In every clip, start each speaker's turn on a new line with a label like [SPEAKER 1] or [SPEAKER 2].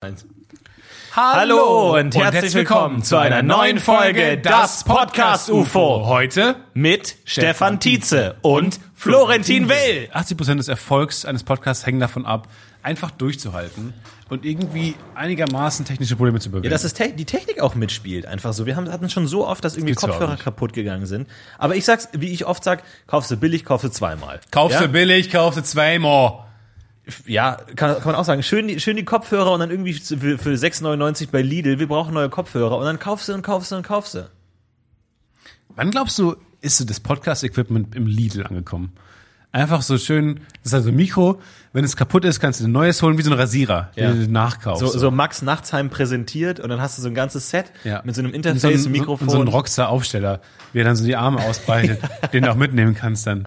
[SPEAKER 1] Eins.
[SPEAKER 2] Hallo und herzlich willkommen zu einer neuen Folge Das Podcast UFO. Heute mit Stefan Tietze und Florentin Will.
[SPEAKER 1] 80% des Erfolgs eines Podcasts hängen davon ab, einfach durchzuhalten und irgendwie einigermaßen technische Probleme
[SPEAKER 3] Ja,
[SPEAKER 1] zu bewältigen.
[SPEAKER 3] dass es Te die Technik auch mitspielt, einfach so. Wir haben, hatten schon so oft, dass irgendwie
[SPEAKER 1] gibt's überhaupt
[SPEAKER 3] Kopfhörer
[SPEAKER 1] nicht.
[SPEAKER 3] kaputt gegangen sind. Aber ich sag's, wie ich oft sag, kauf sie billig, kauf sie zweimal.
[SPEAKER 1] kaufst
[SPEAKER 3] ja?
[SPEAKER 1] du billig, kaufst du zweimal.
[SPEAKER 3] Ja, kann, kann man auch sagen. Schön, die- schön die Kopfhörer und dann irgendwie für, für 6,99 bei Lidl, wir brauchen neue Kopfhörer und dann kauf sie und kauf sie und kauf sie.
[SPEAKER 1] Wann glaubst du, ist so das Podcast-Equipment im Lidl angekommen? Einfach so schön, das ist also ein Mikro, wenn es kaputt ist, kannst du ein neues holen, wie so ein Rasierer,
[SPEAKER 3] Ja.
[SPEAKER 1] den du nachkaufst.
[SPEAKER 3] So, so Max Nachtsheim präsentiert und dann hast du so ein ganzes Set
[SPEAKER 1] Ja.
[SPEAKER 3] mit so einem
[SPEAKER 1] Und so
[SPEAKER 3] Interface,
[SPEAKER 1] ein-
[SPEAKER 3] Mikrofon.
[SPEAKER 1] Und so ein Rockstar-Aufsteller, wie er dann so die Arme ausbreitet, den du auch mitnehmen kannst dann.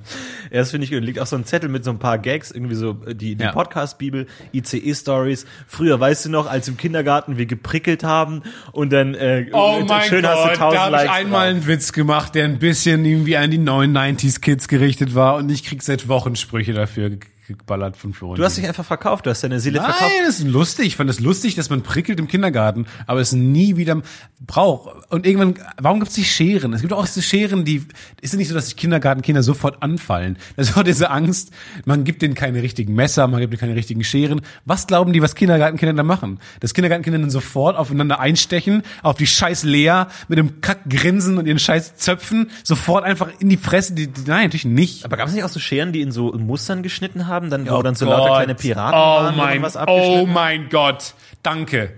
[SPEAKER 3] Ja, das finde ich gut. Liegt auch so ein Zettel mit so ein paar Gags, irgendwie so äh, die, die
[SPEAKER 1] Ja.
[SPEAKER 3] Podcast-Bibel, ICE-Stories. Früher, weißt du noch, als im Kindergarten wir geprickelt haben und dann äh, und schön hast du tausend
[SPEAKER 1] Oh da habe ich
[SPEAKER 3] Likes.
[SPEAKER 1] einmal
[SPEAKER 3] drauf.
[SPEAKER 1] einen Witz gemacht, der ein bisschen irgendwie an die neuen 90s-Kids gerichtet war und ich krieg seit Wochen Sprüche dafür ge- geballert von Florentin.
[SPEAKER 3] Du hast dich einfach verkauft, du hast deine Seele
[SPEAKER 1] Nein,
[SPEAKER 3] verkauft.
[SPEAKER 1] das ist lustig. Ich fand das lustig, dass man prickelt im Kindergarten, aber es nie wieder braucht. Und irgendwann, warum gibt's nicht Scheren? Es gibt doch auch diese Scheren, die, ist ja nicht so, dass die Kindergartenkinder sofort anfallen. Das war diese Angst, man gibt denen keine richtigen Messer, man gibt denen keine richtigen Scheren. Was glauben die, was Kindergartenkinder da machen? Dass Kindergartenkinder dann sofort aufeinander einstechen, auf die scheiß Lea mit dem Kackgrinsen und ihren scheiß Zöpfen, sofort einfach in die Fresse. Die, die, nein, natürlich nicht.
[SPEAKER 3] Aber gab es nicht auch so Scheren, die in so Mustern geschnitten haben, dann wo
[SPEAKER 1] Oh
[SPEAKER 3] dann so lauter
[SPEAKER 1] Gott.
[SPEAKER 3] kleine Piraten
[SPEAKER 1] oh
[SPEAKER 3] waren, die
[SPEAKER 1] mein,
[SPEAKER 3] dann was
[SPEAKER 1] Oh
[SPEAKER 3] abgeschnitten
[SPEAKER 1] mein Gott, danke.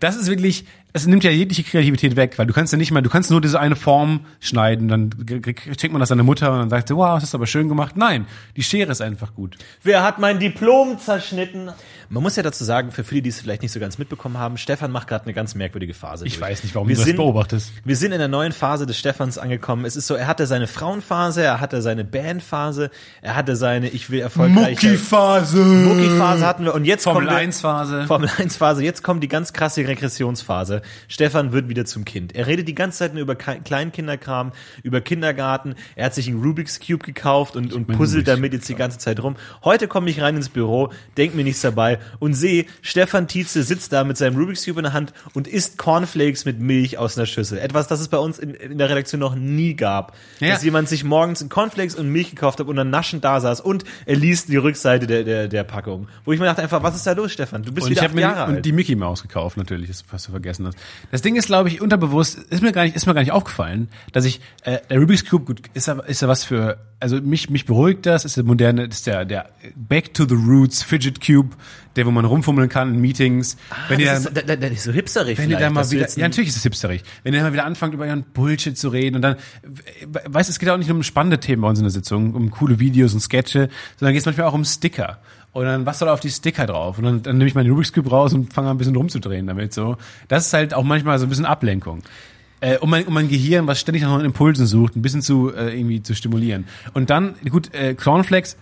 [SPEAKER 1] Das ist wirklich, es nimmt ja jegliche Kreativität weg, weil du kannst ja nicht mehr, du kannst nur diese eine Form schneiden, dann g- g- schickt man das deiner Mutter und dann sagt sie, wow, das hast du aber schön gemacht. Nein, die Schere ist einfach gut.
[SPEAKER 3] Wer hat mein Diplom zerschnitten? Man muss ja dazu sagen, für viele, die es vielleicht nicht so ganz mitbekommen haben, Stefan macht gerade eine ganz merkwürdige Phase.
[SPEAKER 1] Ich
[SPEAKER 3] durch.
[SPEAKER 1] weiß nicht, warum
[SPEAKER 3] wir
[SPEAKER 1] du das
[SPEAKER 3] sind,
[SPEAKER 1] beobachtest.
[SPEAKER 3] Wir sind in der neuen Phase des Stefans angekommen. Es ist so, er hatte seine Frauenphase, er hatte seine Bandphase, er hatte seine Ich will erfolgreich.
[SPEAKER 1] Muckiphase.
[SPEAKER 3] Mucki-Phase hatten wir und jetzt
[SPEAKER 1] Formel
[SPEAKER 3] kommt der-
[SPEAKER 1] 1 Phase.
[SPEAKER 3] Formel 1 Phase, jetzt kommt die ganz krasse Regressionsphase. Stefan wird wieder zum Kind. Er redet die ganze Zeit nur über Ki- Kleinkinderkram, über Kindergarten. Er hat sich einen Rubik's Cube gekauft und, und puzzelt
[SPEAKER 1] Rubik's
[SPEAKER 3] damit jetzt die ganze Zeit rum. Heute komme ich rein ins Büro, denk mir nichts dabei und sehe, Stefan Tietze sitzt da mit seinem Rubik's Cube in der Hand und isst Cornflakes mit Milch aus einer Schüssel. Etwas, das es bei uns in, in der Redaktion noch nie gab.
[SPEAKER 1] Ja.
[SPEAKER 3] Dass jemand sich morgens einen Cornflakes und Milch gekauft hat und dann naschend da saß und er liest die Rückseite der, der, der Packung. Wo ich mir dachte einfach, was ist da los, Stefan? Du bist
[SPEAKER 1] Und ich
[SPEAKER 3] wieder
[SPEAKER 1] habe
[SPEAKER 3] acht
[SPEAKER 1] mir
[SPEAKER 3] Jahre
[SPEAKER 1] die,
[SPEAKER 3] alt.
[SPEAKER 1] und die Mickey Maus gekauft, natürlich, das hast du vergessen hast. Das Ding ist, glaube ich, unterbewusst, ist mir gar nicht, ist mir gar nicht aufgefallen, dass ich, äh, der Rubik's Cube, gut, ist ja, ist ja was für, also mich, mich beruhigt das, ist der moderne, ist der, der Back to the Roots Fidget Cube, der, wo man rumfummeln kann in Meetings. wenn ihr
[SPEAKER 3] Ah, das
[SPEAKER 1] dann,
[SPEAKER 3] ist, da, da, da ist so hipsterig
[SPEAKER 1] wenn ihr
[SPEAKER 3] vielleicht,
[SPEAKER 1] da mal
[SPEAKER 3] dass du
[SPEAKER 1] wieder,
[SPEAKER 3] jetzt
[SPEAKER 1] ja, natürlich ist es hipsterig. Wenn ihr da mal wieder anfangt, über ihren Bullshit zu reden und dann, we- weißt du, es geht auch nicht nur um spannende Themen bei uns in der Sitzung, um coole Videos und Sketche, sondern geht es manchmal auch um Sticker. Und dann, was soll auf die Sticker drauf? Und dann, dann nehme ich meinen Rubik's Cube raus und fange an, ein bisschen rumzudrehen damit, so. Das ist halt auch manchmal so ein bisschen Ablenkung. Äh, um, mein, um mein Gehirn, was ständig nach neuen Impulsen sucht, ein bisschen zu, äh, irgendwie zu stimulieren. Und dann, gut, äh, Cornflakes,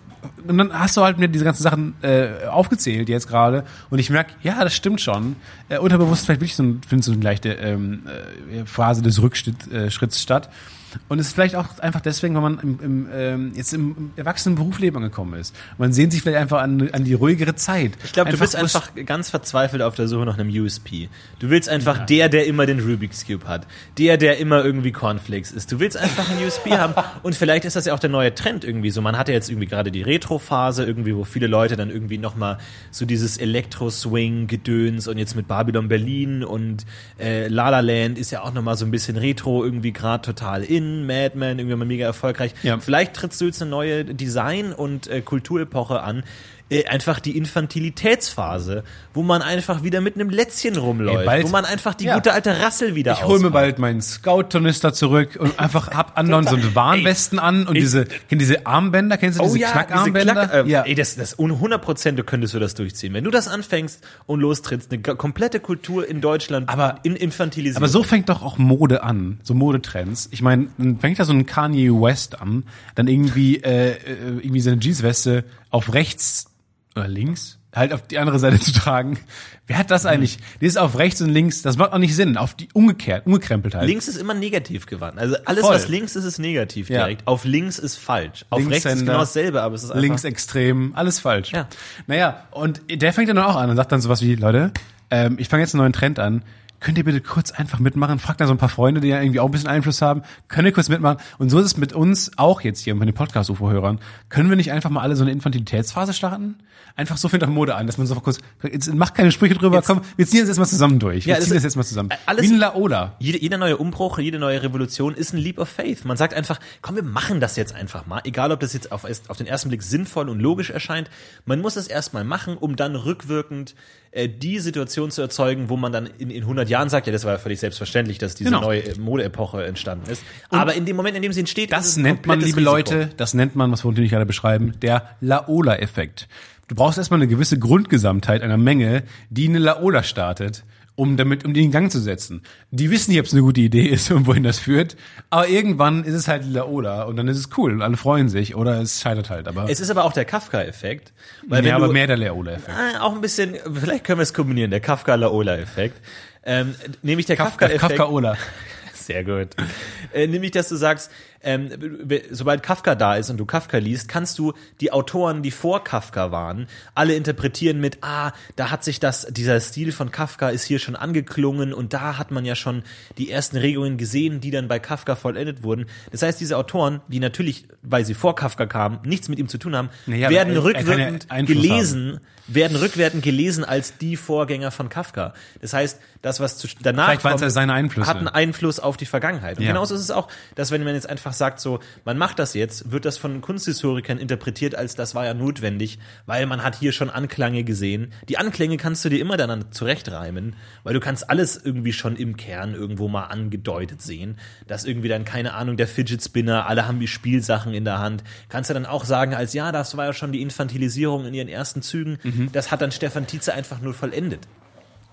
[SPEAKER 1] und dann hast du halt mir diese ganzen Sachen äh, aufgezählt jetzt gerade und ich merke, ja, das stimmt schon. Äh, unterbewusst vielleicht wirklich so, ein, findet so eine leichte ähm, äh, Phase des Rückschritts äh, Schritts statt. Und es ist vielleicht auch einfach deswegen, weil man im, im, ähm, jetzt im, im erwachsenen Berufsleben angekommen ist. Man sehnt sich vielleicht einfach an, an die ruhigere Zeit.
[SPEAKER 3] Ich glaube, du bist
[SPEAKER 1] wo es-
[SPEAKER 3] einfach ganz verzweifelt auf der Suche nach einem USP. Du willst einfach der, der immer den Rubik's Cube hat. Der, der immer irgendwie Cornflakes isst. Du willst einfach einen USP haben. Und vielleicht ist das ja auch der neue Trend irgendwie so. Man hatte jetzt irgendwie gerade die Retro-Phase irgendwie, wo viele Leute dann irgendwie nochmal so dieses Elektro-Swing-Gedöns und jetzt mit Babylon Berlin und äh, La La Land ist ja auch nochmal so ein bisschen Retro irgendwie gerade total in. Mad Men irgendwie mal mega erfolgreich.
[SPEAKER 1] Ja.
[SPEAKER 3] Vielleicht trittst du jetzt eine neue Design- und äh, Kulturepoche an. Äh, einfach die Infantilitätsphase, wo man einfach wieder mit einem Lätzchen rumläuft,
[SPEAKER 1] Ey, bald-
[SPEAKER 3] wo man einfach die
[SPEAKER 1] Ja.
[SPEAKER 3] gute alte Rassel wieder
[SPEAKER 1] Ich hole mir
[SPEAKER 3] auspackt.
[SPEAKER 1] bald meinen Scout-Tornister zurück und einfach hab anderen so eine Warnwesten an und diese, kennt diese Armbänder, kennst du
[SPEAKER 3] Oh
[SPEAKER 1] diese
[SPEAKER 3] ja, diese
[SPEAKER 1] Knackarmbänder?
[SPEAKER 3] Klack, ähm,
[SPEAKER 1] ja.
[SPEAKER 3] Ey, das, das, un- 100% könntest du das durchziehen. Wenn du das anfängst und lostrittst, eine g- komplette Kultur in Deutschland
[SPEAKER 1] Aber-
[SPEAKER 3] in infantilisiert.
[SPEAKER 1] Aber so fängt doch auch Mode an, so Modetrends. Ich meine, dann fängt da so ein Kanye West an, dann irgendwie äh, äh, irgendwie seine Jeansweste auf rechts oder links halt auf die andere Seite zu tragen. Wer hat das eigentlich? Das ist auf rechts und links, das macht auch nicht Sinn, auf die umgekehrt, umgekrempelt halt.
[SPEAKER 3] links ist immer negativ gewandt. Also alles,
[SPEAKER 1] Voll.
[SPEAKER 3] was links ist, ist negativ
[SPEAKER 1] Ja.
[SPEAKER 3] direkt. Auf links ist falsch. Auf rechts ist
[SPEAKER 1] Linkshänder,
[SPEAKER 3] genau dasselbe, aber es ist einfach...
[SPEAKER 1] linksextrem, alles falsch.
[SPEAKER 3] Ja.
[SPEAKER 1] Naja, und der fängt dann auch an und sagt dann sowas wie, Leute, Ähm, ich fange jetzt einen neuen Trend an. Könnt ihr bitte kurz einfach mitmachen? Fragt da so ein paar Freunde, die ja irgendwie auch ein bisschen Einfluss haben. Könnt ihr kurz mitmachen? Und so ist es mit uns auch jetzt hier, mit den Podcast-UFO-Hörern. Können wir nicht einfach mal alle so eine Infantilitätsphase starten? Einfach so viel nach Mode an, dass man so kurz, jetzt macht keine Sprüche drüber, komm, wir ziehen das jetzt mal zusammen durch. Wir
[SPEAKER 3] Ja, das
[SPEAKER 1] ziehen das
[SPEAKER 3] ist-
[SPEAKER 1] jetzt mal zusammen.
[SPEAKER 3] alles-
[SPEAKER 1] Wie ein Laola.
[SPEAKER 3] Jede, jeder neue Umbruch, jede neue Revolution ist ein Leap of Faith. Man sagt einfach, komm, wir machen das jetzt einfach mal. Egal, ob das jetzt auf, erst- auf den ersten Blick sinnvoll und logisch erscheint. Man muss es erstmal machen, um dann rückwirkend äh, die Situation zu erzeugen, wo man dann in, in 100 Jahren sagt, ja, das war ja völlig selbstverständlich, dass diese
[SPEAKER 1] Genau.
[SPEAKER 3] neue äh, Modeepoche entstanden ist. Aber in dem Moment, in dem sie entsteht, ist es
[SPEAKER 1] Das
[SPEAKER 3] ein
[SPEAKER 1] nennt man,
[SPEAKER 3] komplettes
[SPEAKER 1] liebe
[SPEAKER 3] Risiko.
[SPEAKER 1] Leute, das nennt man, was wir natürlich gerade beschreiben, der Laola-Effekt. Du brauchst erstmal eine gewisse Grundgesamtheit einer Menge, die eine Laola startet, um damit, um die in Gang zu setzen. Die wissen nicht, ob es eine gute Idee ist und wohin das führt, aber irgendwann ist es halt die Laola und dann ist es cool und alle freuen sich oder es scheitert halt, aber,
[SPEAKER 3] Es ist aber auch der Kafka-Effekt. Weil
[SPEAKER 1] ja,
[SPEAKER 3] wenn
[SPEAKER 1] aber
[SPEAKER 3] du-
[SPEAKER 1] mehr der Laola-Effekt.
[SPEAKER 3] Ah, auch ein bisschen, vielleicht können wir es kombinieren, der Kafka-Laola-Effekt. Ähm, nämlich der
[SPEAKER 1] Kafka,
[SPEAKER 3] Kafka-Effekt.
[SPEAKER 1] Kafka-Ola.
[SPEAKER 3] Sehr gut. Äh, nämlich, dass du sagst, ähm, we- sobald Kafka da ist und du Kafka liest, kannst du die Autoren, die vor Kafka waren, alle interpretieren mit, ah, da hat sich das, dieser Stil von Kafka ist hier schon angeklungen und da hat man ja schon die ersten Regungen gesehen, die dann bei Kafka vollendet wurden. Das heißt, diese Autoren, die natürlich, weil sie vor Kafka kamen, nichts mit ihm zu tun haben,
[SPEAKER 1] Naja,
[SPEAKER 3] werden
[SPEAKER 1] aber er- er kann ja
[SPEAKER 3] rückwirkend
[SPEAKER 1] Einfluss
[SPEAKER 3] gelesen, werden rückwärtend gelesen als die Vorgänger von Kafka. Das heißt, das, was zu, danach
[SPEAKER 1] Vielleicht waren es
[SPEAKER 3] kommt,
[SPEAKER 1] ja seine Einflüsse.
[SPEAKER 3] hat einen Einfluss auf die Vergangenheit. Und
[SPEAKER 1] Ja.
[SPEAKER 3] genauso ist es auch, dass wenn man jetzt einfach sagt, so, man macht das jetzt, wird das von Kunsthistorikern interpretiert als, das war ja notwendig, weil man hat hier schon Anklange gesehen. Die Anklänge kannst du dir immer dann zurechtreimen, weil du kannst alles irgendwie schon im Kern irgendwo mal angedeutet sehen, dass irgendwie dann, keine Ahnung, der Fidget Spinner, alle haben die Spielsachen in der Hand. Kannst du dann auch sagen, als, ja, das war ja schon die Infantilisierung in ihren ersten Zügen,
[SPEAKER 1] Mhm.
[SPEAKER 3] das hat dann Stefan Tietze einfach nur vollendet.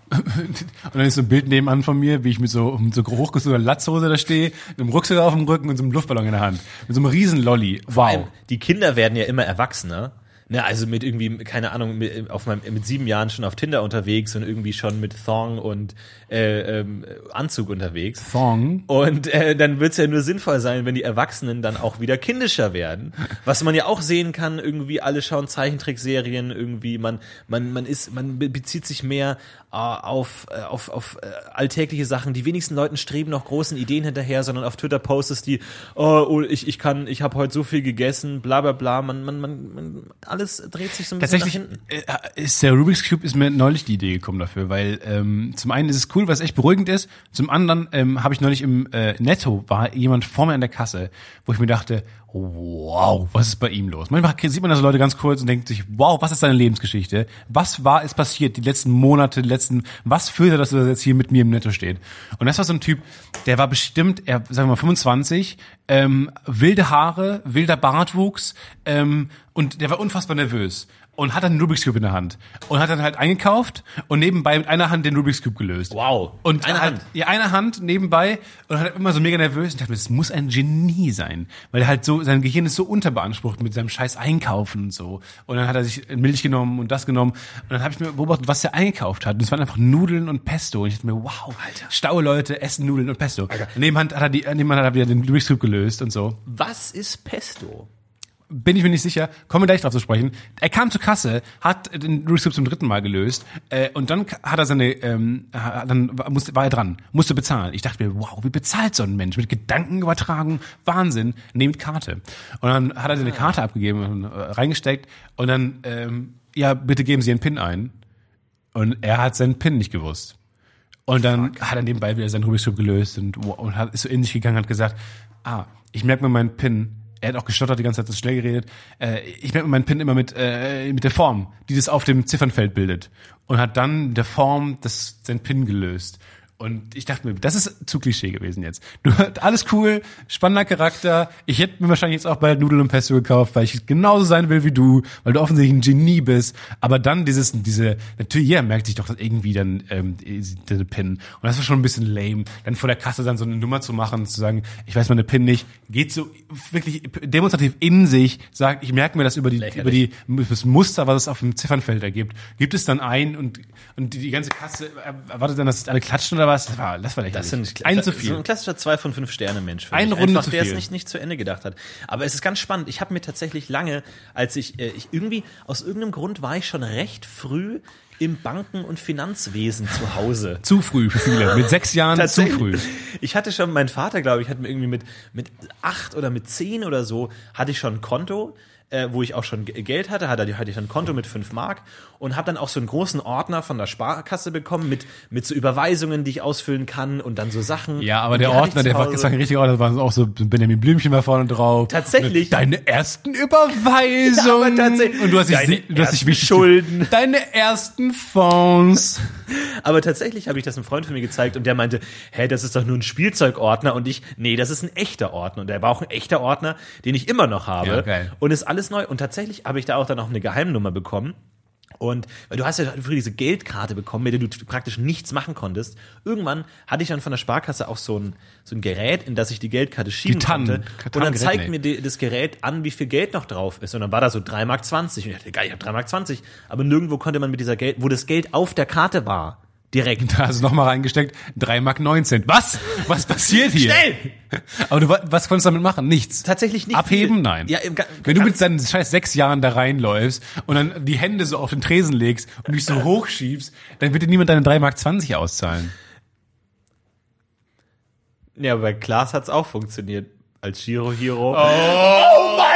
[SPEAKER 1] Und dann ist so ein Bild nebenan von mir, wie ich mit so, mit so hochgezogener Latzhose da stehe, mit einem Rucksack auf dem Rücken und so einem Luftballon in der Hand. Mit so einem riesen Lolli. Wow.
[SPEAKER 3] Ein- Die Kinder werden ja immer erwachsener. Ne, also mit irgendwie, keine Ahnung, mit, auf meinem, mit sieben Jahren schon auf Tinder unterwegs und irgendwie schon mit Thong und äh, ähm, Anzug unterwegs.
[SPEAKER 1] Thong.
[SPEAKER 3] Und äh, dann wird es ja nur sinnvoll sein, wenn die Erwachsenen dann auch wieder kindischer werden. Was man ja auch sehen kann, irgendwie alle schauen Zeichentrickserien, irgendwie man man man ist man be- bezieht sich mehr äh, auf äh, auf, auf äh, alltägliche Sachen. Die wenigsten Leuten streben nach großen Ideen hinterher, sondern auf Twitter postest die, oh, oh ich, ich kann ich habe heute so viel gegessen, bla bla bla. Man man man, man alles dreht sich so ein bisschen nach
[SPEAKER 1] Tatsächlich
[SPEAKER 3] hinten.
[SPEAKER 1] äh, ist der Rubik's Cube ist mir neulich die Idee gekommen dafür, weil ähm, zum einen ist es cool, was echt beruhigend ist, zum anderen ähm, habe ich neulich im äh, Netto war jemand vor mir an der Kasse, wo ich mir dachte, wow, was ist bei ihm los? Manchmal sieht man das Leute ganz kurz und denkt sich, wow, was ist seine Lebensgeschichte? Was war es passiert die letzten Monate, die letzten, was führte dazu, dass er jetzt hier mit mir im Netto steht? Und das war so ein Typ, der war bestimmt, er sagen wir mal 25, ähm, wilde Haare, wilder Bartwuchs ähm, und der war unfassbar nervös und hat dann einen Rubik's Cube in der Hand und hat dann halt eingekauft und nebenbei mit einer Hand den Rubik's Cube gelöst.
[SPEAKER 3] Wow.
[SPEAKER 1] Und
[SPEAKER 3] Eine
[SPEAKER 1] hat,
[SPEAKER 3] Hand.
[SPEAKER 1] Ja, eine Hand nebenbei und hat immer so mega nervös und dachte mir, das muss ein Genie sein, weil er halt so sein Gehirn ist so unterbeansprucht mit seinem scheiß Einkaufen und so. Und dann hat er sich Milch genommen und das genommen und dann habe ich mir beobachtet, was er eingekauft hat und es waren einfach Nudeln und Pesto und ich dachte mir, wow, Alter. Staue Leute essen Nudeln und Pesto. Nebenan hat er die nebenan hat er wieder den Rubik's Cube gelöst und so
[SPEAKER 3] Was ist Pesto?
[SPEAKER 1] bin ich mir nicht sicher, kommen wir gleich drauf zu sprechen. Er kam zur Kasse, hat den Rubik's Cube zum dritten Mal gelöst äh, und dann k- hat er seine, ähm, ha- dann war- musste, war er dran, musste bezahlen. Ich dachte mir, wow, wie bezahlt so ein Mensch mit Gedankenübertragung, Wahnsinn, nehmt Karte. Und dann hat er seine Karte abgegeben und äh, reingesteckt und dann, ähm, ja, bitte geben Sie Ihren PIN ein. Und er hat seinen PIN nicht gewusst. Und dann hat er nebenbei wieder seinen Rubik's Cube gelöst und, wow, und hat, ist so in sich gegangen und hat gesagt, ah, ich merke mir meinen PIN. Er hat auch gestottert, die ganze Zeit hat schnell geredet. Äh, ich merke mir meinen PIN immer mit, äh, mit der Form, die das auf dem Ziffernfeld bildet. Und hat dann mit der Form das, sein PIN gelöst. Und ich dachte mir, das ist zu Klischee gewesen jetzt. Du, alles cool, spannender Charakter. Ich hätte mir wahrscheinlich jetzt auch bald Nudeln und Pesto gekauft, weil ich genauso sein will wie du, weil du offensichtlich ein Genie bist. Aber dann dieses, diese, natürlich, jeder merkt sich doch irgendwie dann ähm, diese PIN. Und das war schon ein bisschen lame, dann vor der Kasse dann so eine Nummer zu machen, zu sagen, ich weiß meine PIN nicht, geht so wirklich demonstrativ in sich, sagt, ich merke mir das über die, über die, über das Muster, was es auf dem Ziffernfeld ergibt, gibt es dann ein und, und die, die ganze Kasse erwartet dann, dass alle klatschen oder was? was. Das war, das war lächerlich.
[SPEAKER 3] Das sind
[SPEAKER 1] ein zu viel.
[SPEAKER 3] So ein klassischer 2 von 5 Sterne Mensch. für
[SPEAKER 1] Eine
[SPEAKER 3] mich.
[SPEAKER 1] Runde
[SPEAKER 3] Einfach,
[SPEAKER 1] zu
[SPEAKER 3] der es
[SPEAKER 1] viel.
[SPEAKER 3] nicht, nicht zu Ende gedacht hat. Aber es ist ganz spannend. Ich habe mir tatsächlich lange, als ich, äh, ich irgendwie, aus irgendeinem Grund war ich schon recht früh im Banken- und Finanzwesen zu Hause.
[SPEAKER 1] zu früh für viele. Mit sechs Jahren zu früh.
[SPEAKER 3] Ich hatte schon, mein Vater, glaube ich, hat mir irgendwie mit, mit acht oder mit zehn oder so, hatte ich schon ein Konto, äh, wo ich auch schon Ge- Geld hatte, hatte, hatte ich ein Konto mit fünf Mark und habe dann auch so einen großen Ordner von der Sparkasse bekommen mit, mit so Überweisungen, die ich ausfüllen kann und dann so Sachen.
[SPEAKER 1] Ja, aber
[SPEAKER 3] Und
[SPEAKER 1] der
[SPEAKER 3] die hatte ich
[SPEAKER 1] Ordner,
[SPEAKER 3] zu
[SPEAKER 1] der war
[SPEAKER 3] Hause.
[SPEAKER 1] gesagt, ein richtiger Ordner, da waren auch so Benjamin Blümchen war vorne drauf.
[SPEAKER 3] Tatsächlich.
[SPEAKER 1] Deine ersten
[SPEAKER 3] Ja, aber
[SPEAKER 1] Überweisungen.
[SPEAKER 3] tatsächlich.
[SPEAKER 1] Und du hast dich,
[SPEAKER 3] Deine
[SPEAKER 1] du hast dich
[SPEAKER 3] ersten
[SPEAKER 1] wichtig
[SPEAKER 3] Schulden.
[SPEAKER 1] Deine ersten Fonds.
[SPEAKER 3] Aber tatsächlich habe ich das einem Freund von mir gezeigt und der meinte, hä, das ist doch nur ein Spielzeugordner und ich, nee, das ist ein echter Ordner. Und der war auch ein echter Ordner, den ich immer noch habe.
[SPEAKER 1] Ja, geil.
[SPEAKER 3] Und ist alles neu. Und tatsächlich habe ich da auch dann auch eine Geheimnummer bekommen. Und weil du hast ja früher diese Geldkarte bekommen, mit der du t- praktisch nichts machen konntest. Irgendwann hatte ich dann von der Sparkasse auch so ein, so ein Gerät, in das ich die Geldkarte schieben
[SPEAKER 1] Die Tannen-
[SPEAKER 3] konnte. Und dann
[SPEAKER 1] Tannengerät,
[SPEAKER 3] zeigt
[SPEAKER 1] nee.
[SPEAKER 3] mir die, das Gerät an, wie viel Geld noch drauf ist. Und dann war da so 3,20 Mark. Und ich dachte, geil, ich habe 3,20 Mark. Aber nirgendwo konnte man mit dieser Geld, wo das Geld auf der Karte war, direkt.
[SPEAKER 1] Da hast du nochmal reingesteckt. 3,19 Mark. Was? Was passiert hier?
[SPEAKER 3] Schnell!
[SPEAKER 1] Aber du, wa- was konntest du damit machen? Nichts.
[SPEAKER 3] Tatsächlich nicht
[SPEAKER 1] Abheben?
[SPEAKER 3] viel.
[SPEAKER 1] Nein.
[SPEAKER 3] Ja, im Ga-
[SPEAKER 1] Wenn du mit deinen scheiß sechs Jahren da reinläufst und dann die Hände so auf den Tresen legst und dich so hochschiebst, dann wird dir niemand deine 3,20 Mark auszahlen.
[SPEAKER 3] Ja, aber bei Klaas hat's auch funktioniert. Als Giro Hero.
[SPEAKER 1] Oh,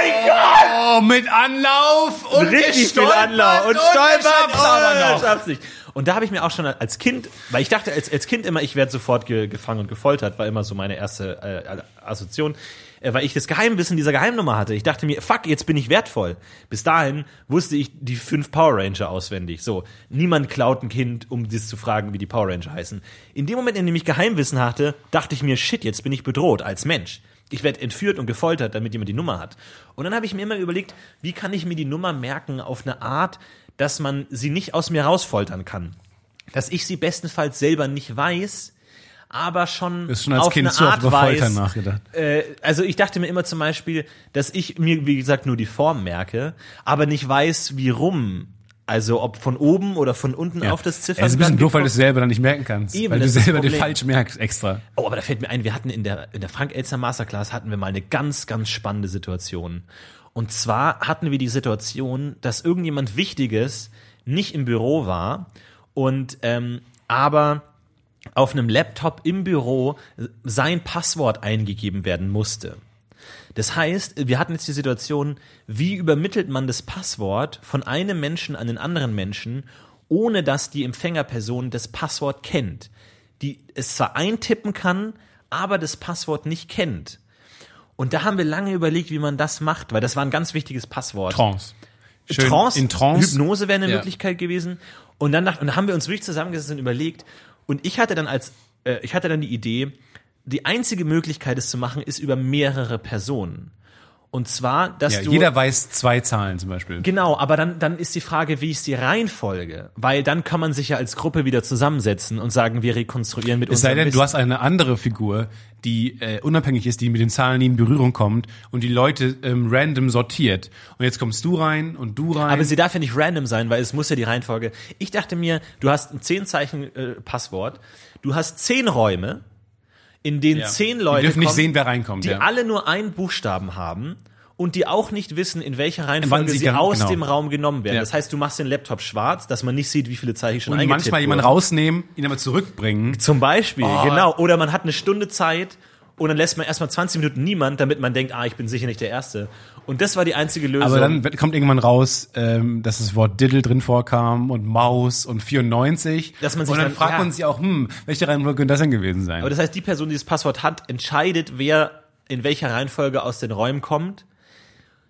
[SPEAKER 1] mit Anlauf und
[SPEAKER 3] richtig viel
[SPEAKER 1] gestolpert
[SPEAKER 3] Anlauf und Oh,
[SPEAKER 1] geschafft,
[SPEAKER 3] stolpert
[SPEAKER 1] aber
[SPEAKER 3] aber
[SPEAKER 1] noch.
[SPEAKER 3] schaff's nicht. Und da habe ich mir auch schon als Kind, weil ich dachte als, als Kind immer, ich werde sofort ge, gefangen und gefoltert, war immer so meine erste äh, Assoziation, äh, weil ich das Geheimwissen dieser Geheimnummer hatte. Ich dachte mir, fuck, jetzt bin ich wertvoll. Bis dahin wusste ich die fünf Power Ranger auswendig. So, niemand klaut ein Kind, um das zu fragen, wie die Power Ranger heißen. In dem Moment, in dem ich Geheimwissen hatte, dachte ich mir, shit, jetzt bin ich bedroht als Mensch. Ich werde entführt und gefoltert, damit jemand die Nummer hat. Und dann habe ich mir immer überlegt, wie kann ich mir die Nummer merken auf eine Art, dass man sie nicht aus mir rausfoltern kann. Dass ich sie bestenfalls selber nicht weiß, aber schon,
[SPEAKER 1] Ist schon als
[SPEAKER 3] auf
[SPEAKER 1] Kind
[SPEAKER 3] eine
[SPEAKER 1] zu oft
[SPEAKER 3] Art
[SPEAKER 1] über Foltern ne?
[SPEAKER 3] weiß.
[SPEAKER 1] nachgedacht.
[SPEAKER 3] Äh, also ich dachte mir immer zum Beispiel, dass ich mir, wie gesagt, nur die Form merke, aber nicht weiß, wie rum. Also ob von oben oder von unten auf das
[SPEAKER 1] Es ist ein
[SPEAKER 3] Ziffernblatt
[SPEAKER 1] bisschen doof, weil du
[SPEAKER 3] gekommen-
[SPEAKER 1] es selber dann nicht merken kannst.
[SPEAKER 3] Eben,
[SPEAKER 1] weil du
[SPEAKER 3] das ist das
[SPEAKER 1] selber dir
[SPEAKER 3] Problem.
[SPEAKER 1] falsch merkst extra.
[SPEAKER 3] Oh, aber da fällt mir ein, wir hatten in der, in der Frank-Elster Masterclass hatten wir mal eine ganz, ganz spannende Situation. Und zwar hatten wir die Situation, dass irgendjemand Wichtiges nicht im Büro war und ähm, aber auf einem Laptop im Büro sein Passwort eingegeben werden musste. Das heißt, wir hatten jetzt die Situation, wie übermittelt man das Passwort von einem Menschen an den anderen Menschen, ohne dass die Empfängerperson das Passwort kennt. Die es zwar eintippen kann, aber das Passwort nicht kennt. Und da haben wir lange überlegt, wie man das macht, weil das war ein ganz wichtiges Passwort.
[SPEAKER 1] Trance. Schön
[SPEAKER 3] Trance,
[SPEAKER 1] In Trance.
[SPEAKER 3] Hypnose wäre eine
[SPEAKER 1] Ja.
[SPEAKER 3] Möglichkeit gewesen. Und dann, nach, und dann haben wir uns wirklich zusammengesetzt und überlegt. Und ich hatte dann als, äh, ich hatte dann die Idee, die einzige Möglichkeit, es zu machen, ist über mehrere Personen. Und zwar, dass
[SPEAKER 1] Ja,
[SPEAKER 3] du
[SPEAKER 1] jeder weiß zwei Zahlen zum Beispiel.
[SPEAKER 3] Genau, aber dann, dann ist die Frage, wie ist die Reihenfolge? Weil dann kann man sich ja als Gruppe wieder zusammensetzen und sagen, wir rekonstruieren mit
[SPEAKER 1] Es sei
[SPEAKER 3] unserem
[SPEAKER 1] denn, du
[SPEAKER 3] Wissen.
[SPEAKER 1] hast eine andere Figur, die äh, unabhängig ist, die mit den Zahlen nie in Berührung kommt und die Leute ähm, random sortiert. Und jetzt kommst du rein und du rein.
[SPEAKER 3] Aber sie darf ja nicht random sein, weil es muss ja die Reihenfolge. Ich dachte mir, du hast ein 10 Zeichen äh, Passwort, du hast zehn Räume, in denen
[SPEAKER 1] Ja.
[SPEAKER 3] zehn
[SPEAKER 1] Die
[SPEAKER 3] Leute
[SPEAKER 1] dürfen nicht
[SPEAKER 3] kommen,
[SPEAKER 1] sehen, wer reinkommt,
[SPEAKER 3] die
[SPEAKER 1] ja.
[SPEAKER 3] alle nur einen Buchstaben haben und die auch nicht wissen, in welcher Reihenfolge
[SPEAKER 1] sie
[SPEAKER 3] sie,
[SPEAKER 1] gen-
[SPEAKER 3] aus
[SPEAKER 1] genau.
[SPEAKER 3] dem Raum genommen werden.
[SPEAKER 1] Ja.
[SPEAKER 3] Das heißt, du machst den Laptop schwarz, dass man nicht sieht, wie viele Zeichen schon
[SPEAKER 1] und
[SPEAKER 3] eingetippt
[SPEAKER 1] manchmal Oh. jemanden
[SPEAKER 3] wurden.
[SPEAKER 1] rausnehmen, ihn aber zurückbringen.
[SPEAKER 3] Zum Beispiel, genau. Oder man hat eine Stunde Zeit und dann lässt man erstmal 20 Minuten niemand, damit man denkt, ah, ich bin sicher nicht der Erste. Und das war die einzige Lösung.
[SPEAKER 1] Aber dann wird- kommt irgendwann raus, ähm, dass das Wort Diddle drin vorkam und Maus und 94.
[SPEAKER 3] Dass man sich
[SPEAKER 1] und dann,
[SPEAKER 3] dann-
[SPEAKER 1] fragt
[SPEAKER 3] ja.
[SPEAKER 1] man sich auch, hm, welche Reihenfolge könnte das denn gewesen sein?
[SPEAKER 3] Aber das heißt, die Person, die das Passwort hat, entscheidet, wer in welcher Reihenfolge aus den Räumen kommt.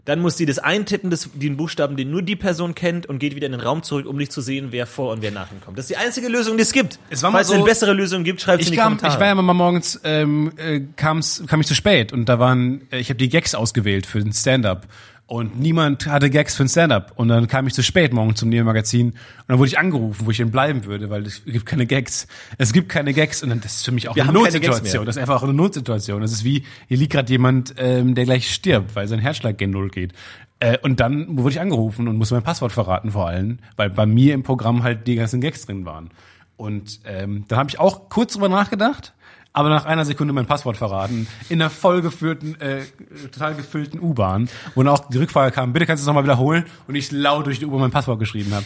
[SPEAKER 3] Dann muss sie das eintippen, das, den Buchstaben, den nur die Person kennt, und geht wieder in den Raum zurück, um nicht zu sehen, wer vor und wer nach ihm kommt. Das ist die einzige Lösung, die es gibt.
[SPEAKER 1] Es war mal
[SPEAKER 3] Falls es
[SPEAKER 1] so-
[SPEAKER 3] eine bessere Lösung gibt, schreibt es in
[SPEAKER 1] ich
[SPEAKER 3] die
[SPEAKER 1] kam,
[SPEAKER 3] Kommentare.
[SPEAKER 1] ich war ja mal morgens, ähm, äh, kam's, kam ich zu spät und da waren, äh, ich habe die Gags ausgewählt für den Stand-up und niemand hatte Gags für den Stand-up und dann kam ich zu spät morgens zum Neo-Magazin und dann wurde ich angerufen, wo ich denn bleiben würde, weil es gibt keine Gags. Es gibt keine Gags und dann, das ist für mich auch
[SPEAKER 3] Wir
[SPEAKER 1] eine
[SPEAKER 3] haben keine Gags
[SPEAKER 1] Notsituation.
[SPEAKER 3] mehr.
[SPEAKER 1] Das ist einfach auch eine Notsituation. Das ist wie, hier liegt gerade jemand, ähm, der gleich stirbt, weil sein Herzschlag gen Null geht. Äh, und dann wurde ich angerufen und musste mein Passwort verraten vor allem, weil bei mir im Programm halt die ganzen Gags drin waren. Und ähm, da habe ich auch kurz drüber nachgedacht, aber nach einer Sekunde mein Passwort verraten. In der vollgeführten, äh, total gefüllten U-Bahn, wo dann auch die Rückfrage kam, bitte kannst du es nochmal wiederholen und ich laut durch die U-Bahn mein Passwort geschrieben habe.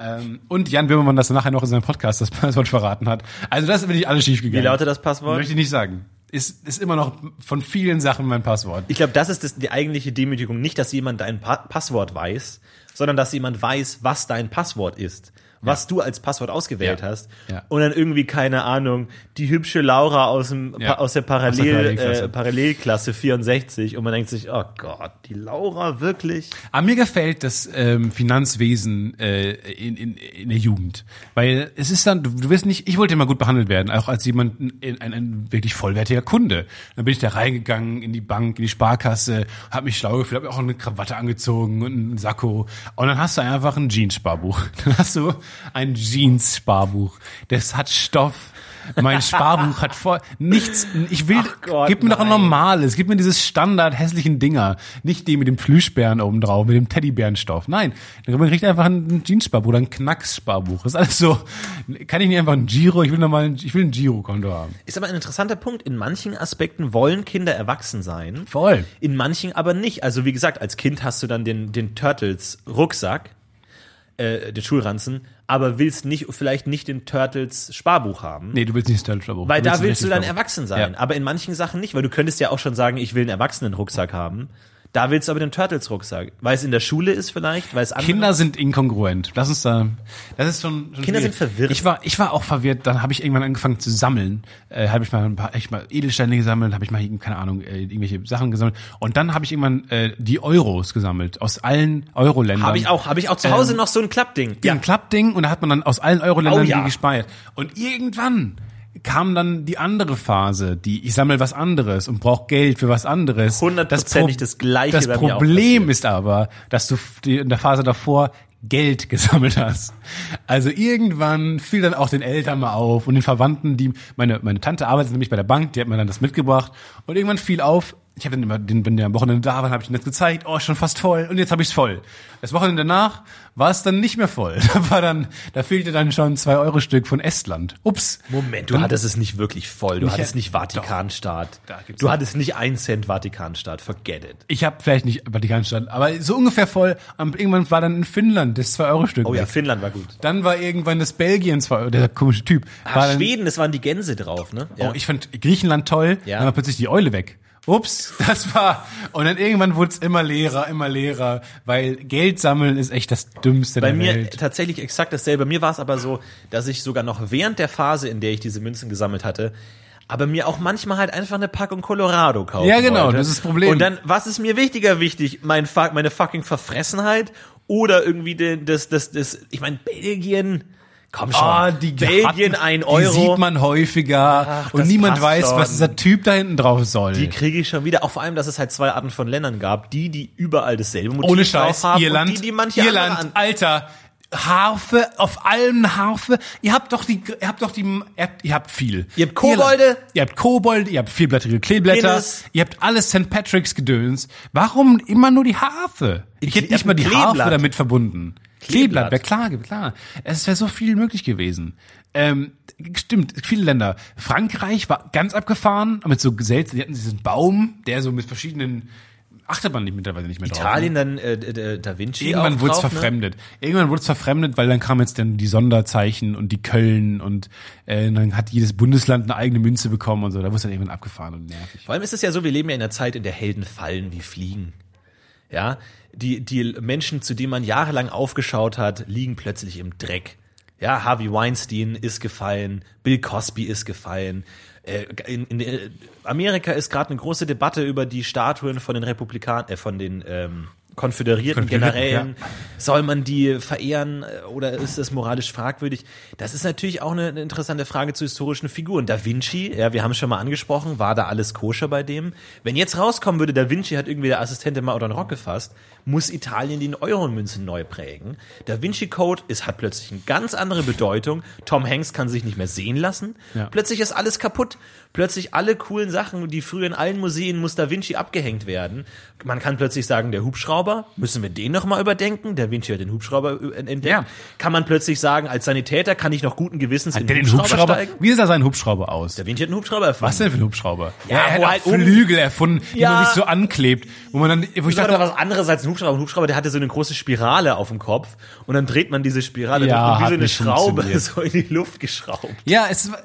[SPEAKER 1] Ähm, und Jan Böhmermann das dann nachher noch in seinem Podcast das Passwort verraten hat. Also das ist wirklich alles schief
[SPEAKER 3] Wie
[SPEAKER 1] gegangen.
[SPEAKER 3] lautet das Passwort?
[SPEAKER 1] Möchte ich nicht sagen. Ist, ist immer noch von vielen Sachen mein Passwort.
[SPEAKER 3] Ich glaube, das ist das, die eigentliche Demütigung. Nicht, dass jemand dein pa Passwort weiß, sondern dass jemand weiß, was dein Passwort ist. Was du als Passwort ausgewählt
[SPEAKER 1] Ja.
[SPEAKER 3] hast.
[SPEAKER 1] Ja.
[SPEAKER 3] Und dann irgendwie, keine Ahnung, die hübsche Laura aus, dem, pa
[SPEAKER 1] Ja.
[SPEAKER 3] aus der
[SPEAKER 1] Aus der
[SPEAKER 3] Parallel,
[SPEAKER 1] Parallelklasse.
[SPEAKER 3] äh, Parallelklasse 64. Und man denkt sich, oh Gott, die Laura wirklich?
[SPEAKER 1] Aber Ah, mir gefällt das ähm, Finanzwesen äh, in, in, in der Jugend. Weil es ist dann, du, du wirst nicht, ich wollte immer gut behandelt werden, auch als jemand, ein, ein, ein wirklich vollwertiger Kunde. Dann bin ich da reingegangen in die Bank, in die Sparkasse, habe mich schlau gefühlt, habe auch eine Krawatte angezogen und einen Sakko. Und dann hast du einfach ein Jeans-Sparbuch. Dann hast du ein Jeans-Sparbuch. Das hat Stoff. Mein Sparbuch hat voll nichts. Ich will,
[SPEAKER 3] Gott,
[SPEAKER 1] gib mir doch ein
[SPEAKER 3] nein.
[SPEAKER 1] normales, gib mir dieses Standard hässlichen Dinger, nicht die mit dem Plüschbären oben drauf, mit dem Teddybärenstoff. Nein, man kriegt einfach ein Jeans-Sparbuch oder ein Knacks-Sparbuch. Das ist alles so. Kann ich nicht einfach ein Giro? Ich will nochmal, ein- ich will ein Girokonto haben.
[SPEAKER 3] Ist aber ein interessanter Punkt. In manchen Aspekten wollen Kinder erwachsen sein.
[SPEAKER 1] Voll.
[SPEAKER 3] In manchen aber nicht. Also wie gesagt, als Kind hast du dann den, den Turtles-Rucksack, äh, den Schulranzen, aber willst nicht, vielleicht nicht den Turtles-Sparbuch haben.
[SPEAKER 1] Nee, du willst nicht das Turtle-Sparbuch.
[SPEAKER 3] Weil da
[SPEAKER 1] ein
[SPEAKER 3] willst du dann
[SPEAKER 1] richtiges Sparbuch.
[SPEAKER 3] erwachsen sein.
[SPEAKER 1] Ja.
[SPEAKER 3] Aber in manchen Sachen nicht, weil du könntest ja auch schon sagen, ich will einen Erwachsenen-Rucksack haben. Da willst du aber den Turtles-Rucksack. Weil es in der Schule ist vielleicht, weil es andere-
[SPEAKER 1] Kinder sind inkongruent. Lass uns da. Das ist schon. schon
[SPEAKER 3] Kinder
[SPEAKER 1] schwierig.
[SPEAKER 3] sind verwirrt.
[SPEAKER 1] Ich war, ich war auch verwirrt. Dann habe ich irgendwann angefangen zu sammeln. Äh, habe ich mal ein paar, echt mal Edelsteine gesammelt, habe ich mal keine Ahnung äh, irgendwelche Sachen gesammelt. Und dann habe ich irgendwann äh, die Euros gesammelt aus allen Euro-Ländern.
[SPEAKER 3] Habe ich auch, habe ich auch zu Hause noch so ein Klappding.
[SPEAKER 1] ja. ein Klappding und da hat man dann aus allen Euro-Ländern
[SPEAKER 3] Oh ja.
[SPEAKER 1] die gespeichert. Und irgendwann kam dann die andere Phase, die ich sammle was anderes und brauche Geld für was anderes.
[SPEAKER 3] Hundertprozentig das Gleiche
[SPEAKER 1] Das
[SPEAKER 3] bei mir auch
[SPEAKER 1] Problem ist aber, dass du f- die- in der Phase davor Geld gesammelt hast. Also irgendwann fiel dann auch den Eltern mal auf und den Verwandten, die meine meine Tante arbeitet nämlich bei der Bank, die hat mir dann das mitgebracht und irgendwann fiel auf, ich habe dann immer den, wenn der am Wochenende da war, habe ich ihnen das gezeigt, oh, ist schon fast voll und jetzt habe ich's voll. Das Wochenende danach war es dann nicht mehr voll. Da war dann da fehlte dann schon ein 2 Euro Stück von Estland. Ups.
[SPEAKER 3] Moment, du hattest es nicht wirklich voll. Du hattest nicht Vatikanstaat.
[SPEAKER 1] Da gibt's
[SPEAKER 3] Du
[SPEAKER 1] doch-
[SPEAKER 3] hattest nicht ein Cent Vatikanstaat. Forget it.
[SPEAKER 1] Ich habe vielleicht nicht Vatikanstadt, aber so ungefähr voll. Und irgendwann war dann in Finnland das 2 Euro Stück.
[SPEAKER 3] Oh ja,
[SPEAKER 1] weg.
[SPEAKER 3] Finnland war gut.
[SPEAKER 1] Dann war irgendwann das Belgien zwar, oh, der komische Typ. war
[SPEAKER 3] Ach,
[SPEAKER 1] dann,
[SPEAKER 3] Schweden, das waren die Gänse drauf, ne? Ja.
[SPEAKER 1] Oh, ich fand Griechenland toll,
[SPEAKER 3] Ja.
[SPEAKER 1] dann war plötzlich die Eule weg. Ups, das war. Und dann irgendwann wurde es immer leerer, immer leerer, weil Geld sammeln ist echt das Dümmste
[SPEAKER 3] Bei
[SPEAKER 1] der
[SPEAKER 3] mir
[SPEAKER 1] Welt.
[SPEAKER 3] tatsächlich exakt dasselbe. Bei mir war es aber so, dass ich sogar noch während der Phase, in der ich diese Münzen gesammelt hatte, aber mir auch manchmal halt einfach eine Packung Colorado kaufen
[SPEAKER 1] Ja, genau,
[SPEAKER 3] wollte.
[SPEAKER 1] das ist das Problem.
[SPEAKER 3] Und dann, was ist mir weniger wichtig? Mein, fuck- meine fucking Verfressenheit oder irgendwie den, das, das, das, ich meine, Belgien, komm schon.
[SPEAKER 1] Ah, die
[SPEAKER 3] Belgien,
[SPEAKER 1] hatten-
[SPEAKER 3] ein Euro.
[SPEAKER 1] Die sieht man häufiger
[SPEAKER 3] Ach,
[SPEAKER 1] und
[SPEAKER 3] das
[SPEAKER 1] niemand
[SPEAKER 3] passt
[SPEAKER 1] weiß,
[SPEAKER 3] schon.
[SPEAKER 1] was dieser Typ da hinten drauf soll.
[SPEAKER 3] Die kriege ich schon wieder. Auch vor allem, dass es halt zwei Arten von Ländern gab. Die, die überall dasselbe Motiv
[SPEAKER 1] Ohne
[SPEAKER 3] drauf
[SPEAKER 1] Scheiß,
[SPEAKER 3] haben
[SPEAKER 1] Irland,
[SPEAKER 3] und die, die manche
[SPEAKER 1] Irland,
[SPEAKER 3] andere an
[SPEAKER 1] Alter, Harfe, auf allem Harfe. Ihr habt doch die, ihr habt doch die, ihr habt, ihr habt viel.
[SPEAKER 3] Ihr habt Kobolde.
[SPEAKER 1] Irland, Ihr habt Kobolde, ihr habt vielblättrige Kleeblätter,
[SPEAKER 3] Guinness.
[SPEAKER 1] ihr habt alles St. Patrick's Gedöns. Warum immer nur die Harfe? Ich hätte
[SPEAKER 3] ihr habt
[SPEAKER 1] nicht mal die
[SPEAKER 3] ein
[SPEAKER 1] Harfe
[SPEAKER 3] Kleeblatt.
[SPEAKER 1] damit verbunden.
[SPEAKER 3] Kleeblatt.
[SPEAKER 1] Kleeblatt, wäre klar, klar. Es wäre so viel möglich gewesen. Ähm, stimmt, viele Länder. Frankreich war ganz abgefahren, mit so selten, die hatten diesen Baum, der so mit verschiedenen, achtet man nicht mittlerweile nicht mehr drauf. ne?
[SPEAKER 3] Italien, dann äh, äh, Da Vinci.
[SPEAKER 1] Irgendwann
[SPEAKER 3] auch
[SPEAKER 1] wurde es
[SPEAKER 3] drauf, ne?
[SPEAKER 1] verfremdet. Irgendwann wurde es verfremdet, weil dann kam jetzt dann die Sonderzeichen und die Köln und äh, dann hat jedes Bundesland eine eigene Münze bekommen und so. Da wurde es dann irgendwann abgefahren und nervig.
[SPEAKER 3] Vor allem ist es ja so, wir leben ja in einer Zeit, in der Helden fallen wie Fliegen. Ja, die, die Menschen, zu denen man jahrelang aufgeschaut hat, liegen plötzlich im Dreck. Ja, Harvey Weinstein ist gefallen, Bill Cosby ist gefallen. Äh, In, in äh, Amerika ist gerade eine große Debatte über die Statuen von den Republikanern, äh, von den ähm, Konföderierten,
[SPEAKER 1] Konföderierten,
[SPEAKER 3] generell.
[SPEAKER 1] ja.
[SPEAKER 3] Soll man die verehren äh, oder ist das moralisch fragwürdig? Das ist natürlich auch eine, eine interessante Frage zu historischen Figuren. Da Vinci, ja, wir haben es schon mal angesprochen, war da alles koscher bei dem? Wenn jetzt rauskommen würde, Da Vinci hat irgendwie der Assistent mal unter den Rock gefasst, muss Italien die Euro-Münzen neu prägen. Da Vinci Code ist, hat plötzlich eine ganz andere Bedeutung. Tom Hanks kann sich nicht mehr sehen lassen.
[SPEAKER 1] Ja.
[SPEAKER 3] Plötzlich ist alles kaputt. Plötzlich alle coolen Sachen, die früher in allen Museen muss Da Vinci abgehängt werden. Man kann plötzlich sagen, der Hubschrauber Hubschrauber, müssen wir den nochmal überdenken? Da Vinci hat den Hubschrauber äh, entdeckt.
[SPEAKER 1] Ja.
[SPEAKER 3] Kann man plötzlich sagen, als Sanitäter kann ich noch guten Gewissens
[SPEAKER 1] Hat der den Hubschrauber?
[SPEAKER 3] steigen?
[SPEAKER 1] Wie sah sein Hubschrauber aus?
[SPEAKER 3] Da Vinci hat einen Hubschrauber erfunden.
[SPEAKER 1] Was denn für ein Hubschrauber?
[SPEAKER 3] Ja,
[SPEAKER 1] er hat
[SPEAKER 3] wo
[SPEAKER 1] auch
[SPEAKER 3] halt oben-
[SPEAKER 1] Flügel erfunden, die
[SPEAKER 3] Ja.
[SPEAKER 1] man sich so anklebt, wo man dann, wo ich
[SPEAKER 3] Das war
[SPEAKER 1] dachte,
[SPEAKER 3] doch was anderes als ein Hubschrauber. Ein Hubschrauber, der hatte so eine große Spirale auf dem Kopf und dann dreht man diese Spirale
[SPEAKER 1] Ja,
[SPEAKER 3] durch und wie
[SPEAKER 1] hat
[SPEAKER 3] so eine
[SPEAKER 1] nicht
[SPEAKER 3] Schraube
[SPEAKER 1] funktioniert.
[SPEAKER 3] so in die Luft geschraubt.
[SPEAKER 1] ja, es war,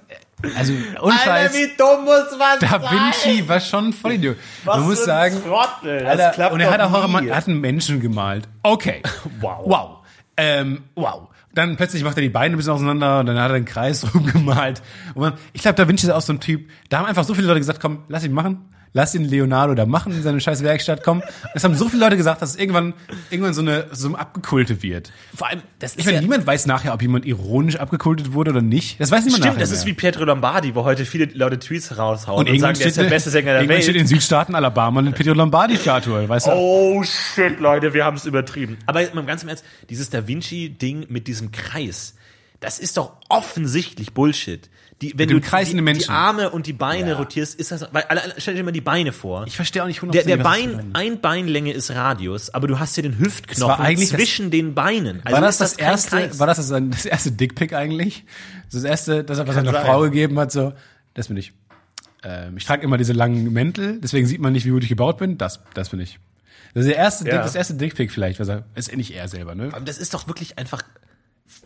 [SPEAKER 1] also, und Scheiß,
[SPEAKER 3] dumm muss man
[SPEAKER 1] Da Vinci war schon voll Idiot. Man muss sagen,
[SPEAKER 3] Trottel, das
[SPEAKER 1] Alter,
[SPEAKER 3] Also klappt
[SPEAKER 1] und er hat
[SPEAKER 3] doch
[SPEAKER 1] auch immer-
[SPEAKER 3] nie.
[SPEAKER 1] hat einen Menschen gemalt. Okay.
[SPEAKER 3] Wow.
[SPEAKER 1] Wow. Ähm, wow. Dann plötzlich macht er die Beine ein bisschen auseinander und dann hat er einen Kreis rumgemalt. Und man, ich glaube, Da Vinci ist auch so ein Typ. Da haben einfach so viele Leute gesagt, komm, lass ihn machen. Lass ihn Leonardo da machen in seine scheiß Werkstatt, komm. Es haben so viele Leute gesagt, dass es irgendwann, irgendwann so eine, so ein Abgekulte wird.
[SPEAKER 3] Vor allem, das
[SPEAKER 1] Ich
[SPEAKER 3] ist
[SPEAKER 1] meine,
[SPEAKER 3] ja,
[SPEAKER 1] niemand weiß nachher, ob jemand ironisch abgekultet wurde oder nicht. Das weiß niemand
[SPEAKER 3] stimmt,
[SPEAKER 1] nachher
[SPEAKER 3] das
[SPEAKER 1] mehr.
[SPEAKER 3] ist wie Pietro Lombardi, wo heute viele Leute Tweets raushauen und,
[SPEAKER 1] irgendwann
[SPEAKER 3] sagen, der ist der beste Sänger der
[SPEAKER 1] irgendwann steht
[SPEAKER 3] Welt.
[SPEAKER 1] in Südstaaten Alabama eine Pietro Lombardi-Statue, weißt du?
[SPEAKER 3] Oh shit, Leute, wir haben es übertrieben. Aber mal ganz im Ernst, dieses Da Vinci-Ding mit diesem Kreis, das ist doch offensichtlich Bullshit. Die, wenn
[SPEAKER 1] dem
[SPEAKER 3] du
[SPEAKER 1] kreisenden
[SPEAKER 3] die, die
[SPEAKER 1] Menschen.
[SPEAKER 3] Arme und die Beine rotierst, ist das, weil, alle- alle- stell dir mal die Beine vor.
[SPEAKER 1] Ich verstehe auch nicht
[SPEAKER 3] Der, der
[SPEAKER 1] was das
[SPEAKER 3] Bein,
[SPEAKER 1] bedeutet.
[SPEAKER 3] ein Beinlänge ist Radius, aber du hast hier den
[SPEAKER 1] Das war
[SPEAKER 3] Hüftknochen
[SPEAKER 1] eigentlich das-
[SPEAKER 3] zwischen den Beinen. Also
[SPEAKER 1] War das
[SPEAKER 3] ist
[SPEAKER 1] das,
[SPEAKER 3] kein
[SPEAKER 1] erste,
[SPEAKER 3] Kreis.
[SPEAKER 1] war das das, sein- das erste Dickpick eigentlich? Das erste, das er was
[SPEAKER 3] Kann
[SPEAKER 1] seiner
[SPEAKER 3] sein.
[SPEAKER 1] Frau gegeben hat, so, das bin ich. Ähm, ich trage immer diese langen Mäntel, deswegen sieht man nicht, wie gut ich gebaut bin. Das, das bin ich. Das ist der erste,
[SPEAKER 3] Ja. Also
[SPEAKER 1] Dick, das erste Dickpick vielleicht, was er, ist nicht er selber, ne?
[SPEAKER 3] Aber das ist doch wirklich einfach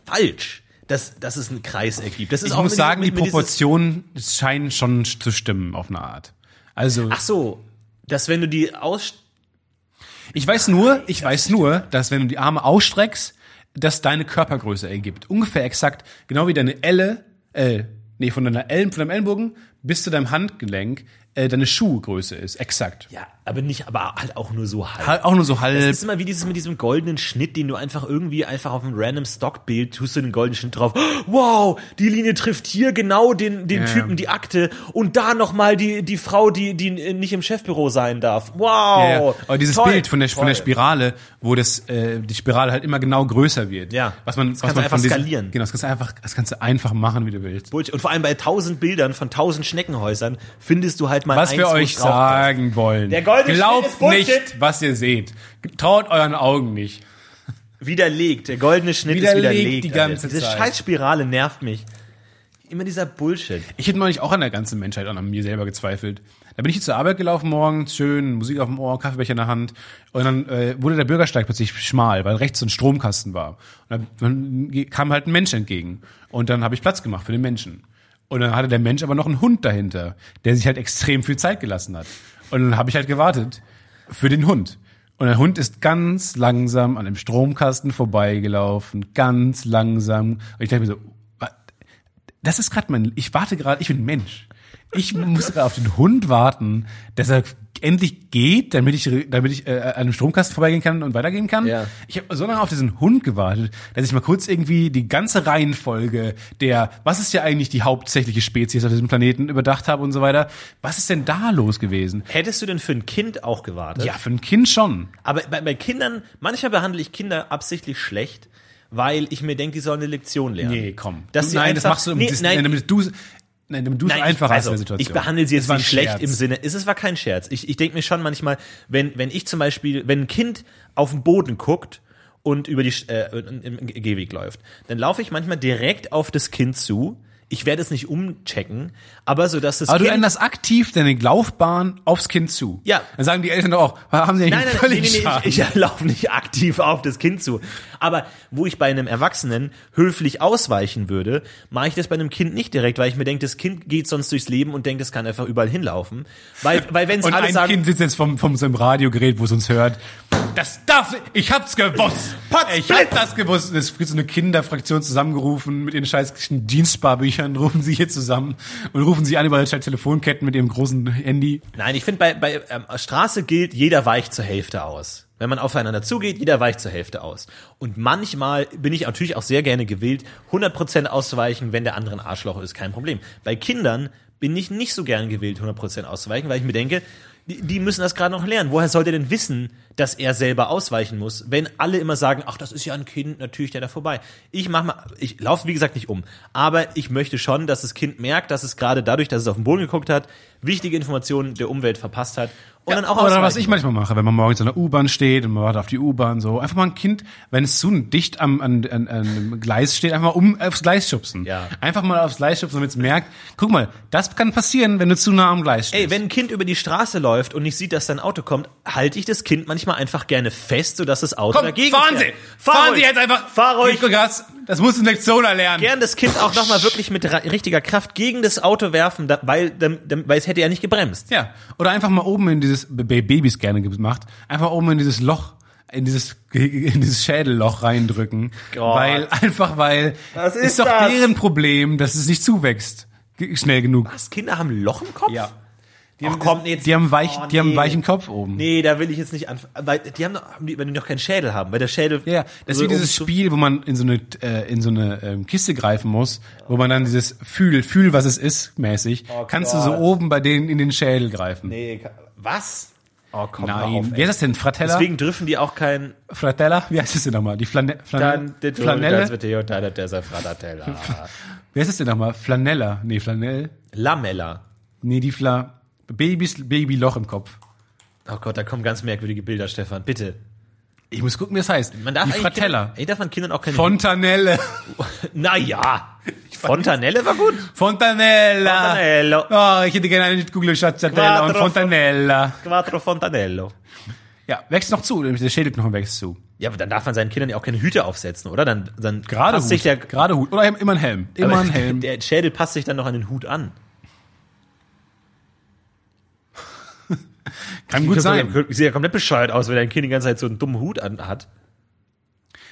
[SPEAKER 3] falsch, dass, dass es einen Kreis ergibt. Das ist
[SPEAKER 1] Ich
[SPEAKER 3] auch
[SPEAKER 1] muss
[SPEAKER 3] mit-
[SPEAKER 1] sagen, die
[SPEAKER 3] mit- mit dieses-
[SPEAKER 1] Proportionen scheinen schon zu stimmen auf eine Art. Also,
[SPEAKER 3] Ach so, dass wenn du die aus
[SPEAKER 1] Ich weiß nur, ich weiß nur, dass wenn du die Arme ausstreckst, dass deine Körpergröße ergibt. Ungefähr exakt, genau wie deine Elle, äh, nee, von deiner Ellen, von deinem Ellenbogen bis zu deinem Handgelenk, äh, deine Schuhgröße ist. Exakt.
[SPEAKER 3] Ja, aber nicht, aber halt auch nur so halb.
[SPEAKER 1] Halt Auch nur so halb.
[SPEAKER 3] Das ist immer wie dieses mit diesem goldenen Schnitt, den du einfach irgendwie einfach auf einem random Stockbild tust du den goldenen Schnitt drauf. Wow, die Linie trifft hier genau den, den
[SPEAKER 1] Ja.
[SPEAKER 3] Typen, die Akte und da nochmal die, die Frau, die, die nicht im Chefbüro sein darf. Wow.
[SPEAKER 1] Ja, ja. Aber dieses
[SPEAKER 3] Oh, Toll.
[SPEAKER 1] Bild von der, von der
[SPEAKER 3] Toll.
[SPEAKER 1] Spirale, wo das, äh, die Spirale halt immer genau größer wird.
[SPEAKER 3] Ja.
[SPEAKER 1] Was man,
[SPEAKER 3] Das
[SPEAKER 1] was
[SPEAKER 3] kannst
[SPEAKER 1] man
[SPEAKER 3] du einfach
[SPEAKER 1] von diesen-
[SPEAKER 3] skalieren.
[SPEAKER 1] Genau, das kannst du einfach, das kannst du einfach machen, wie du willst.
[SPEAKER 3] Bullshit. Und vor allem bei tausend Bildern von tausend Schneckenhäusern findest du halt mal
[SPEAKER 1] was
[SPEAKER 3] eins,
[SPEAKER 1] wir
[SPEAKER 3] wo
[SPEAKER 1] euch
[SPEAKER 3] es drauf passt.
[SPEAKER 1] sagen wollen.
[SPEAKER 3] Der goldene
[SPEAKER 1] Glaubt
[SPEAKER 3] Schnitt ist Bullshit.
[SPEAKER 1] nicht, was ihr seht. Traut euren Augen nicht.
[SPEAKER 3] Widerlegt. Der goldene Schnitt
[SPEAKER 1] Widerlegt
[SPEAKER 3] ist widerlegt.
[SPEAKER 1] die ganze
[SPEAKER 3] Alter. Diese
[SPEAKER 1] Zeit.
[SPEAKER 3] Scheißspirale nervt mich. Immer dieser Bullshit.
[SPEAKER 1] Ich hätte neulich auch an der ganzen Menschheit und an mir selber gezweifelt. Da bin ich zur Arbeit gelaufen morgens, schön, Musik auf dem Ohr, Kaffeebecher in der Hand. Und dann äh, wurde der Bürgersteig plötzlich schmal, weil rechts so ein Stromkasten war. Und dann, dann ge- kam halt ein Mensch entgegen. Und dann habe ich Platz gemacht für den Menschen. Und dann hatte der Mensch aber noch einen Hund dahinter, der sich halt extrem viel Zeit gelassen hat. Und dann habe ich halt gewartet für den Hund. Und der Hund ist ganz langsam an dem Stromkasten vorbeigelaufen, ganz langsam. Und ich dachte mir so, "Wa- das ist gerade mein, ich warte gerade, ich bin Mensch. Ich muss gerade auf den Hund warten, dass er endlich geht, damit ich, re- damit ich äh, an einem Stromkasten vorbeigehen kann und weitergehen kann.
[SPEAKER 3] Ja.
[SPEAKER 1] Ich habe so lange auf diesen Hund gewartet, dass ich mal kurz irgendwie die ganze Reihenfolge der, was ist ja eigentlich die hauptsächliche Spezies auf diesem Planeten überdacht habe und so weiter. Was ist denn da los gewesen?
[SPEAKER 3] Hättest du denn für ein Kind auch gewartet?
[SPEAKER 1] Ja, für ein Kind schon.
[SPEAKER 3] Aber bei, bei Kindern, manchmal behandle ich Kinder absichtlich schlecht, weil ich mir denke, die sollen eine Lektion lernen.
[SPEAKER 1] Nee, komm.
[SPEAKER 3] Dass sie
[SPEAKER 1] nein,
[SPEAKER 3] einfach-
[SPEAKER 1] das machst du, um
[SPEAKER 3] Nee,
[SPEAKER 1] das,
[SPEAKER 3] nein.
[SPEAKER 1] nein, damit du, nein, damit du es
[SPEAKER 3] Nein,
[SPEAKER 1] einfacher hast
[SPEAKER 3] also,
[SPEAKER 1] in der Situation.
[SPEAKER 3] Ich behandle sie
[SPEAKER 1] Das
[SPEAKER 3] jetzt
[SPEAKER 1] war
[SPEAKER 3] nicht
[SPEAKER 1] ein
[SPEAKER 3] schlecht
[SPEAKER 1] Scherz.
[SPEAKER 3] im Sinne, es, es war kein Scherz. Ich, ich denke mir schon manchmal, wenn, wenn ich zum Beispiel, wenn ein Kind auf den Boden guckt und über die, Sch- äh, im Ge- Gehweg läuft, dann laufe ich manchmal direkt auf das Kind zu. Ich werde es nicht umchecken, aber so, dass das
[SPEAKER 1] Aber du
[SPEAKER 3] Kind
[SPEAKER 1] änderst aktiv deine Laufbahn aufs Kind zu.
[SPEAKER 3] Ja.
[SPEAKER 1] Dann sagen die Eltern doch auch, haben sie
[SPEAKER 3] Nein,
[SPEAKER 1] eigentlich
[SPEAKER 3] nein,
[SPEAKER 1] einen völlig
[SPEAKER 3] nein, nee, nee,
[SPEAKER 1] Schaden.
[SPEAKER 3] ich, ich laufe nicht aktiv auf das Kind zu. Aber wo ich bei einem Erwachsenen höflich ausweichen würde, mache ich das bei einem Kind nicht direkt, weil ich mir denke, das Kind geht sonst durchs Leben und denkt, es kann einfach überall hinlaufen. Weil, weil wenn es
[SPEAKER 1] Und
[SPEAKER 3] alle
[SPEAKER 1] ein
[SPEAKER 3] sagen,
[SPEAKER 1] Kind sitzt jetzt vom, vom seinem Radiogerät, wo es uns hört. Das darf, ich hab's gewusst.
[SPEAKER 3] Potz,
[SPEAKER 1] ich hab
[SPEAKER 3] Blitz.
[SPEAKER 1] das gewusst. Und Es wird so eine Kinderfraktion zusammengerufen mit ihren scheiß Jeans-Sparbüchern, rufen sie hier zusammen und rufen sie an über scheiß Telefonketten mit ihrem großen Handy.
[SPEAKER 3] Nein, ich finde, bei, bei ähm, Straße gilt, jeder weicht zur Hälfte aus. Wenn man aufeinander zugeht, jeder weicht zur Hälfte aus. Und manchmal bin ich natürlich auch sehr gerne gewillt, 100% auszuweichen, wenn der andere ein Arschloch ist, kein Problem. Bei Kindern bin ich nicht so gern gewillt, 100% auszuweichen, weil ich mir denke, die, die müssen das gerade noch lernen. Woher soll der denn wissen, dass er selber ausweichen muss, wenn alle immer sagen, ach, das ist ja ein Kind, natürlich der da vorbei. Ich mach mal, ich laufe wie gesagt nicht um, aber ich möchte schon, dass das Kind merkt, dass es gerade dadurch, dass es auf den Boden geguckt hat, wichtige Informationen der Umwelt verpasst hat und dann auch
[SPEAKER 1] Oder
[SPEAKER 3] ausweichen
[SPEAKER 1] was ich
[SPEAKER 3] muss.
[SPEAKER 1] manchmal mache, wenn man morgens an der U-Bahn steht und man wartet auf die U-Bahn, so einfach mal ein Kind, wenn es zu dicht am an, an, an einem Gleis steht, einfach mal um aufs Gleis schubsen.
[SPEAKER 3] Ja.
[SPEAKER 1] Einfach mal aufs Gleis schubsen, damit es merkt, guck mal, das kann passieren, wenn du zu nah am Gleis stehst.
[SPEAKER 3] Ey, wenn ein Kind über die Straße läuft und nicht sieht, dass da ein Auto kommt, halte ich das Kind manchmal einfach gerne fest, sodass das Auto
[SPEAKER 1] Komm,
[SPEAKER 3] dagegen
[SPEAKER 1] fahren Sie!
[SPEAKER 3] fährt.
[SPEAKER 1] Fahren
[SPEAKER 3] Fahr
[SPEAKER 1] Sie
[SPEAKER 3] ruhig.
[SPEAKER 1] jetzt einfach!
[SPEAKER 3] Fahr ruhig.
[SPEAKER 1] Gib Gas, das muss eine Lektion erlernen.
[SPEAKER 3] Gern das Kind auch nochmal wirklich mit ra- richtiger Kraft gegen das Auto werfen, da, weil, dam- dam- weil es hätte ja nicht gebremst.
[SPEAKER 1] Ja, oder einfach mal oben in dieses, bei Babys gerne gemacht, einfach oben in dieses Loch, in dieses, in dieses Schädelloch reindrücken.
[SPEAKER 3] Gott.
[SPEAKER 1] Weil, einfach weil,
[SPEAKER 3] Was ist
[SPEAKER 1] doch
[SPEAKER 3] das?
[SPEAKER 1] deren Problem, dass es nicht zuwächst. Ge- Schnell genug.
[SPEAKER 3] Was, Kinder haben ein Loch im Kopf?
[SPEAKER 1] Ja.
[SPEAKER 3] Die haben, kommt jetzt,
[SPEAKER 1] Die haben weich,
[SPEAKER 3] Oh,
[SPEAKER 1] die haben
[SPEAKER 3] nee.
[SPEAKER 1] weichen Kopf oben.
[SPEAKER 3] Nee, da will ich jetzt nicht anfangen. Weil die haben doch, haben die, wenn die noch keinen Schädel haben, weil der Schädel.
[SPEAKER 1] Ja, ja, das ist wie dieses
[SPEAKER 3] um-
[SPEAKER 1] Spiel, wo man in so eine, äh, in so eine ähm, Kiste greifen muss, wo man dann dieses Fühl, Fühl, was es ist, mäßig, kannst du so
[SPEAKER 3] Oh Gott.
[SPEAKER 1] oben bei denen in den Schädel greifen.
[SPEAKER 3] Nee, ka- was? Oh, komm mal auf,
[SPEAKER 1] Nein.
[SPEAKER 3] ey.
[SPEAKER 1] Wie heißt das denn? Fratella?
[SPEAKER 3] Deswegen dürfen die auch kein.
[SPEAKER 1] Fratella? Wie heißt das denn nochmal? Die Flane Flanelle? Flanelle? Wer ist das denn nochmal? Flanella? Nee, Flanell.
[SPEAKER 3] Lamella.
[SPEAKER 1] Nee, die Fla. Babys, Babyloch im Kopf.
[SPEAKER 3] Oh Gott, da kommen ganz merkwürdige Bilder, Stefan. Bitte.
[SPEAKER 1] Ich muss gucken, wie es heißt.
[SPEAKER 3] Man darf
[SPEAKER 1] die
[SPEAKER 3] eigentlich
[SPEAKER 1] Fratella.
[SPEAKER 3] Kindern- Ey, darf man Kindern auch keine.
[SPEAKER 1] Fontanelle.
[SPEAKER 3] Naja. Fontanelle war gut.
[SPEAKER 1] Fontanella.
[SPEAKER 3] Fontanello.
[SPEAKER 1] Oh, ich hätte gerne eine Kugel Schattatella und
[SPEAKER 3] Quattro Fon-
[SPEAKER 1] Fontanella.
[SPEAKER 3] Quattro Fontanello.
[SPEAKER 1] Ja, wächst noch zu. Der Schädelknochen wächst zu.
[SPEAKER 3] Ja, aber dann darf man seinen Kindern ja auch keine Hüte aufsetzen, oder? Dann, dann
[SPEAKER 1] Gerade
[SPEAKER 3] passt
[SPEAKER 1] Hut.
[SPEAKER 3] sich der,
[SPEAKER 1] Gerade Hut. Oder immer ein Helm. Immer ein Helm.
[SPEAKER 3] der Schädel passt sich dann noch an den Hut an.
[SPEAKER 1] Kann gut sein.
[SPEAKER 3] Sieht ja komplett bescheuert aus, wenn dein Kind die ganze Zeit so einen dummen Hut an hat.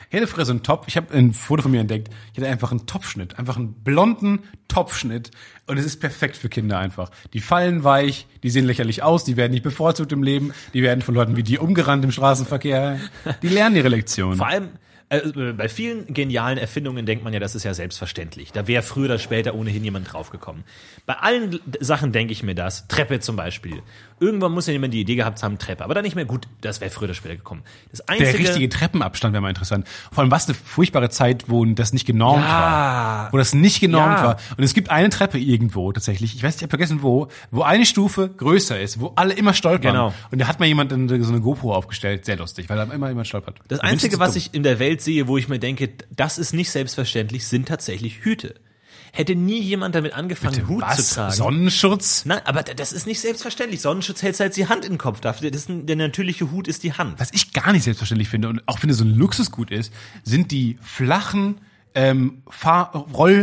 [SPEAKER 1] Ich hätte früher so einen Topf, ich habe ein Foto von mir entdeckt, ich hätte einfach einen Topfschnitt, einfach einen blonden Topfschnitt und es ist perfekt für Kinder einfach. Die fallen weich, die sehen lächerlich aus, die werden nicht bevorzugt im Leben, die werden von Leuten wie dir umgerannt im Straßenverkehr, die lernen ihre Lektion.
[SPEAKER 3] Vor allem äh, bei vielen genialen Erfindungen denkt man ja, das ist ja selbstverständlich. Da wäre früher oder später ohnehin jemand draufgekommen. Bei allen L- Sachen denke ich mir das. Treppe zum Beispiel. Irgendwann muss ja jemand die Idee gehabt haben, Treppe. Aber dann nicht mehr gut, das wäre früher oder später gekommen. Das
[SPEAKER 1] Der
[SPEAKER 3] einzige.
[SPEAKER 1] richtige Treppenabstand wäre mal interessant. Vor allem, was eine furchtbare Zeit, wo das nicht genormt
[SPEAKER 3] Ah.
[SPEAKER 1] war. Wo das nicht genormt
[SPEAKER 3] Ja.
[SPEAKER 1] war. Und es gibt eine Treppe irgendwo tatsächlich, ich weiß nicht, ich habe vergessen wo, wo eine Stufe größer ist, wo alle immer stolpern.
[SPEAKER 3] Genau.
[SPEAKER 1] Und da hat mal jemand dann so eine GoPro aufgestellt, sehr lustig, weil da immer jemand stolpert.
[SPEAKER 3] Das
[SPEAKER 1] Da findest
[SPEAKER 3] Einzige,
[SPEAKER 1] du
[SPEAKER 3] was
[SPEAKER 1] dumm.
[SPEAKER 3] ich in der Welt sehe, wo ich mir denke, das ist nicht selbstverständlich, sind tatsächlich Hüte. Hätte nie jemand damit angefangen, einen Hut
[SPEAKER 1] was?
[SPEAKER 3] zu tragen.
[SPEAKER 1] Sonnenschutz?
[SPEAKER 3] Nein, aber d- das ist nicht selbstverständlich. Sonnenschutz hältst halt die Hand in den Kopf. Dafür, das ist ein, der natürliche Hut ist die Hand.
[SPEAKER 1] Was ich gar nicht selbstverständlich finde und auch finde so ein Luxusgut ist, sind die flachen ähm, Fahr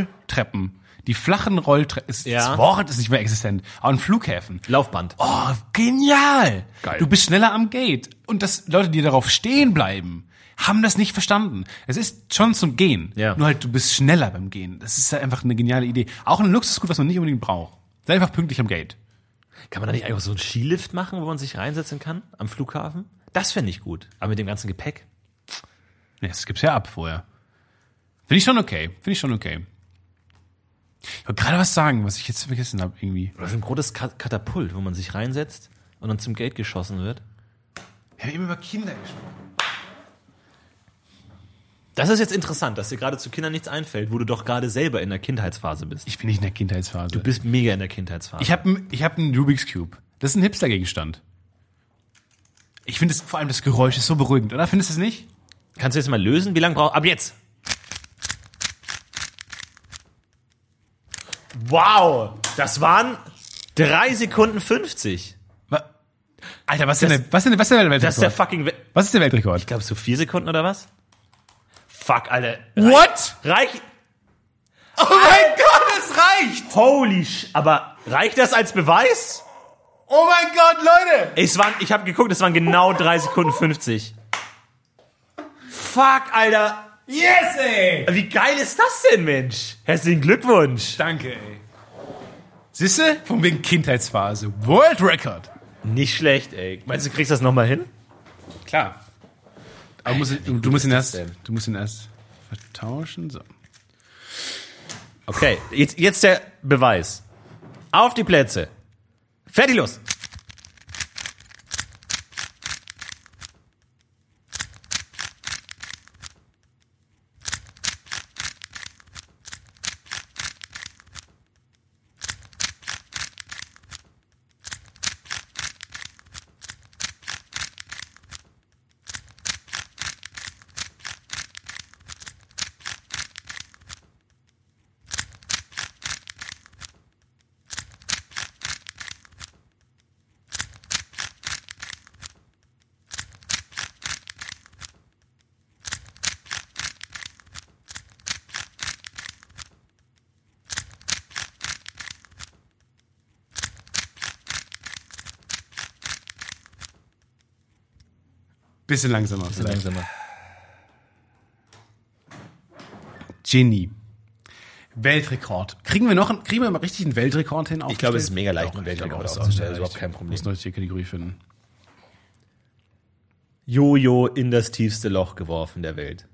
[SPEAKER 1] Rolltreppen. Die flachen Rolltreppen.
[SPEAKER 3] Ja.
[SPEAKER 1] Das Wort ist nicht mehr existent. Auch in Flughäfen.
[SPEAKER 3] Laufband.
[SPEAKER 1] Oh, genial!
[SPEAKER 3] Geil.
[SPEAKER 1] Du bist schneller am Gate. Und dass Leute, die darauf stehen bleiben, haben das nicht verstanden. Es ist schon zum Gehen.
[SPEAKER 3] Ja.
[SPEAKER 1] Nur halt, du bist schneller beim Gehen. Das ist halt einfach eine geniale Idee. Auch ein Luxusgut, was man nicht unbedingt braucht. Sei einfach pünktlich am Gate.
[SPEAKER 3] Kann man da nicht einfach so einen Skilift machen, wo man sich reinsetzen kann am Flughafen? Das fände ich gut. Aber mit dem ganzen Gepäck.
[SPEAKER 1] Ja, das gibt's ja ab vorher. Finde ich schon okay. Finde ich schon okay. Ich wollte gerade was sagen, was ich jetzt vergessen habe irgendwie.
[SPEAKER 3] Oder so ein großes Ka- Katapult, wo man sich reinsetzt und dann zum Gate geschossen wird.
[SPEAKER 1] Wir haben eben über Kinder gesprochen.
[SPEAKER 3] Das ist jetzt interessant, dass dir gerade zu Kindern nichts einfällt, wo du doch gerade selber in der Kindheitsphase bist.
[SPEAKER 1] Ich bin nicht in der Kindheitsphase.
[SPEAKER 3] Du bist mega in der Kindheitsphase.
[SPEAKER 1] ich habe ich hab einen Rubik's Cube. Das ist ein Hipster-Gegenstand. Ich finde es vor allem das Geräusch ist so beruhigend, oder? Findest du es nicht?
[SPEAKER 3] Kannst du jetzt mal lösen? Wie lange braucht. Ab jetzt! Wow! Das waren 3 Sekunden 50.
[SPEAKER 1] Wa- Alter, was ist denn der, was ist denn, was ist denn der
[SPEAKER 3] Das ist der
[SPEAKER 1] Weltrekord?
[SPEAKER 3] fucking. We
[SPEAKER 1] was ist der Weltrekord?
[SPEAKER 3] Glaubst du, vier Sekunden oder was? Fuck, Alter.
[SPEAKER 1] What?
[SPEAKER 3] Reich.
[SPEAKER 1] Oh mein Gott, es reicht!
[SPEAKER 3] Holy sh. Aber reicht das als Beweis?
[SPEAKER 1] Oh mein Gott, Leute!
[SPEAKER 3] Es waren, ich habe geguckt, es waren genau 3 Sekunden 50. Fuck, Alter.
[SPEAKER 1] Yes, ey!
[SPEAKER 3] Wie geil ist das denn, Mensch? Herzlichen Glückwunsch.
[SPEAKER 1] Danke, ey. Siehste? Von wegen Kindheitsphase. World Record.
[SPEAKER 3] Nicht schlecht, ey. Meinst du, du kriegst das nochmal hin?
[SPEAKER 1] Klar. Aber muss, du, du musst ihn
[SPEAKER 3] das
[SPEAKER 1] erst,
[SPEAKER 3] denn?
[SPEAKER 1] du musst ihn erst vertauschen. So.
[SPEAKER 3] Okay, jetzt, jetzt der Beweis. Auf die Plätze. Fertig, los.
[SPEAKER 1] Bisschen langsamer vielleicht.
[SPEAKER 3] Langsamer.
[SPEAKER 1] Genie. Weltrekord. Kriegen wir noch einen, kriegen wir mal richtig einen Weltrekord hin?
[SPEAKER 3] Ich glaube, es ist mega leicht, einen
[SPEAKER 1] Ich glaube,
[SPEAKER 3] Weltrekord
[SPEAKER 1] das ist auch
[SPEAKER 3] aufzustellen. Das
[SPEAKER 1] sehr
[SPEAKER 3] ist überhaupt
[SPEAKER 1] leicht.
[SPEAKER 3] kein
[SPEAKER 1] Ich
[SPEAKER 3] Problem.
[SPEAKER 1] muss eine richtige Kategorie finden.
[SPEAKER 3] Jojo in das tiefste Loch geworfen der Welt.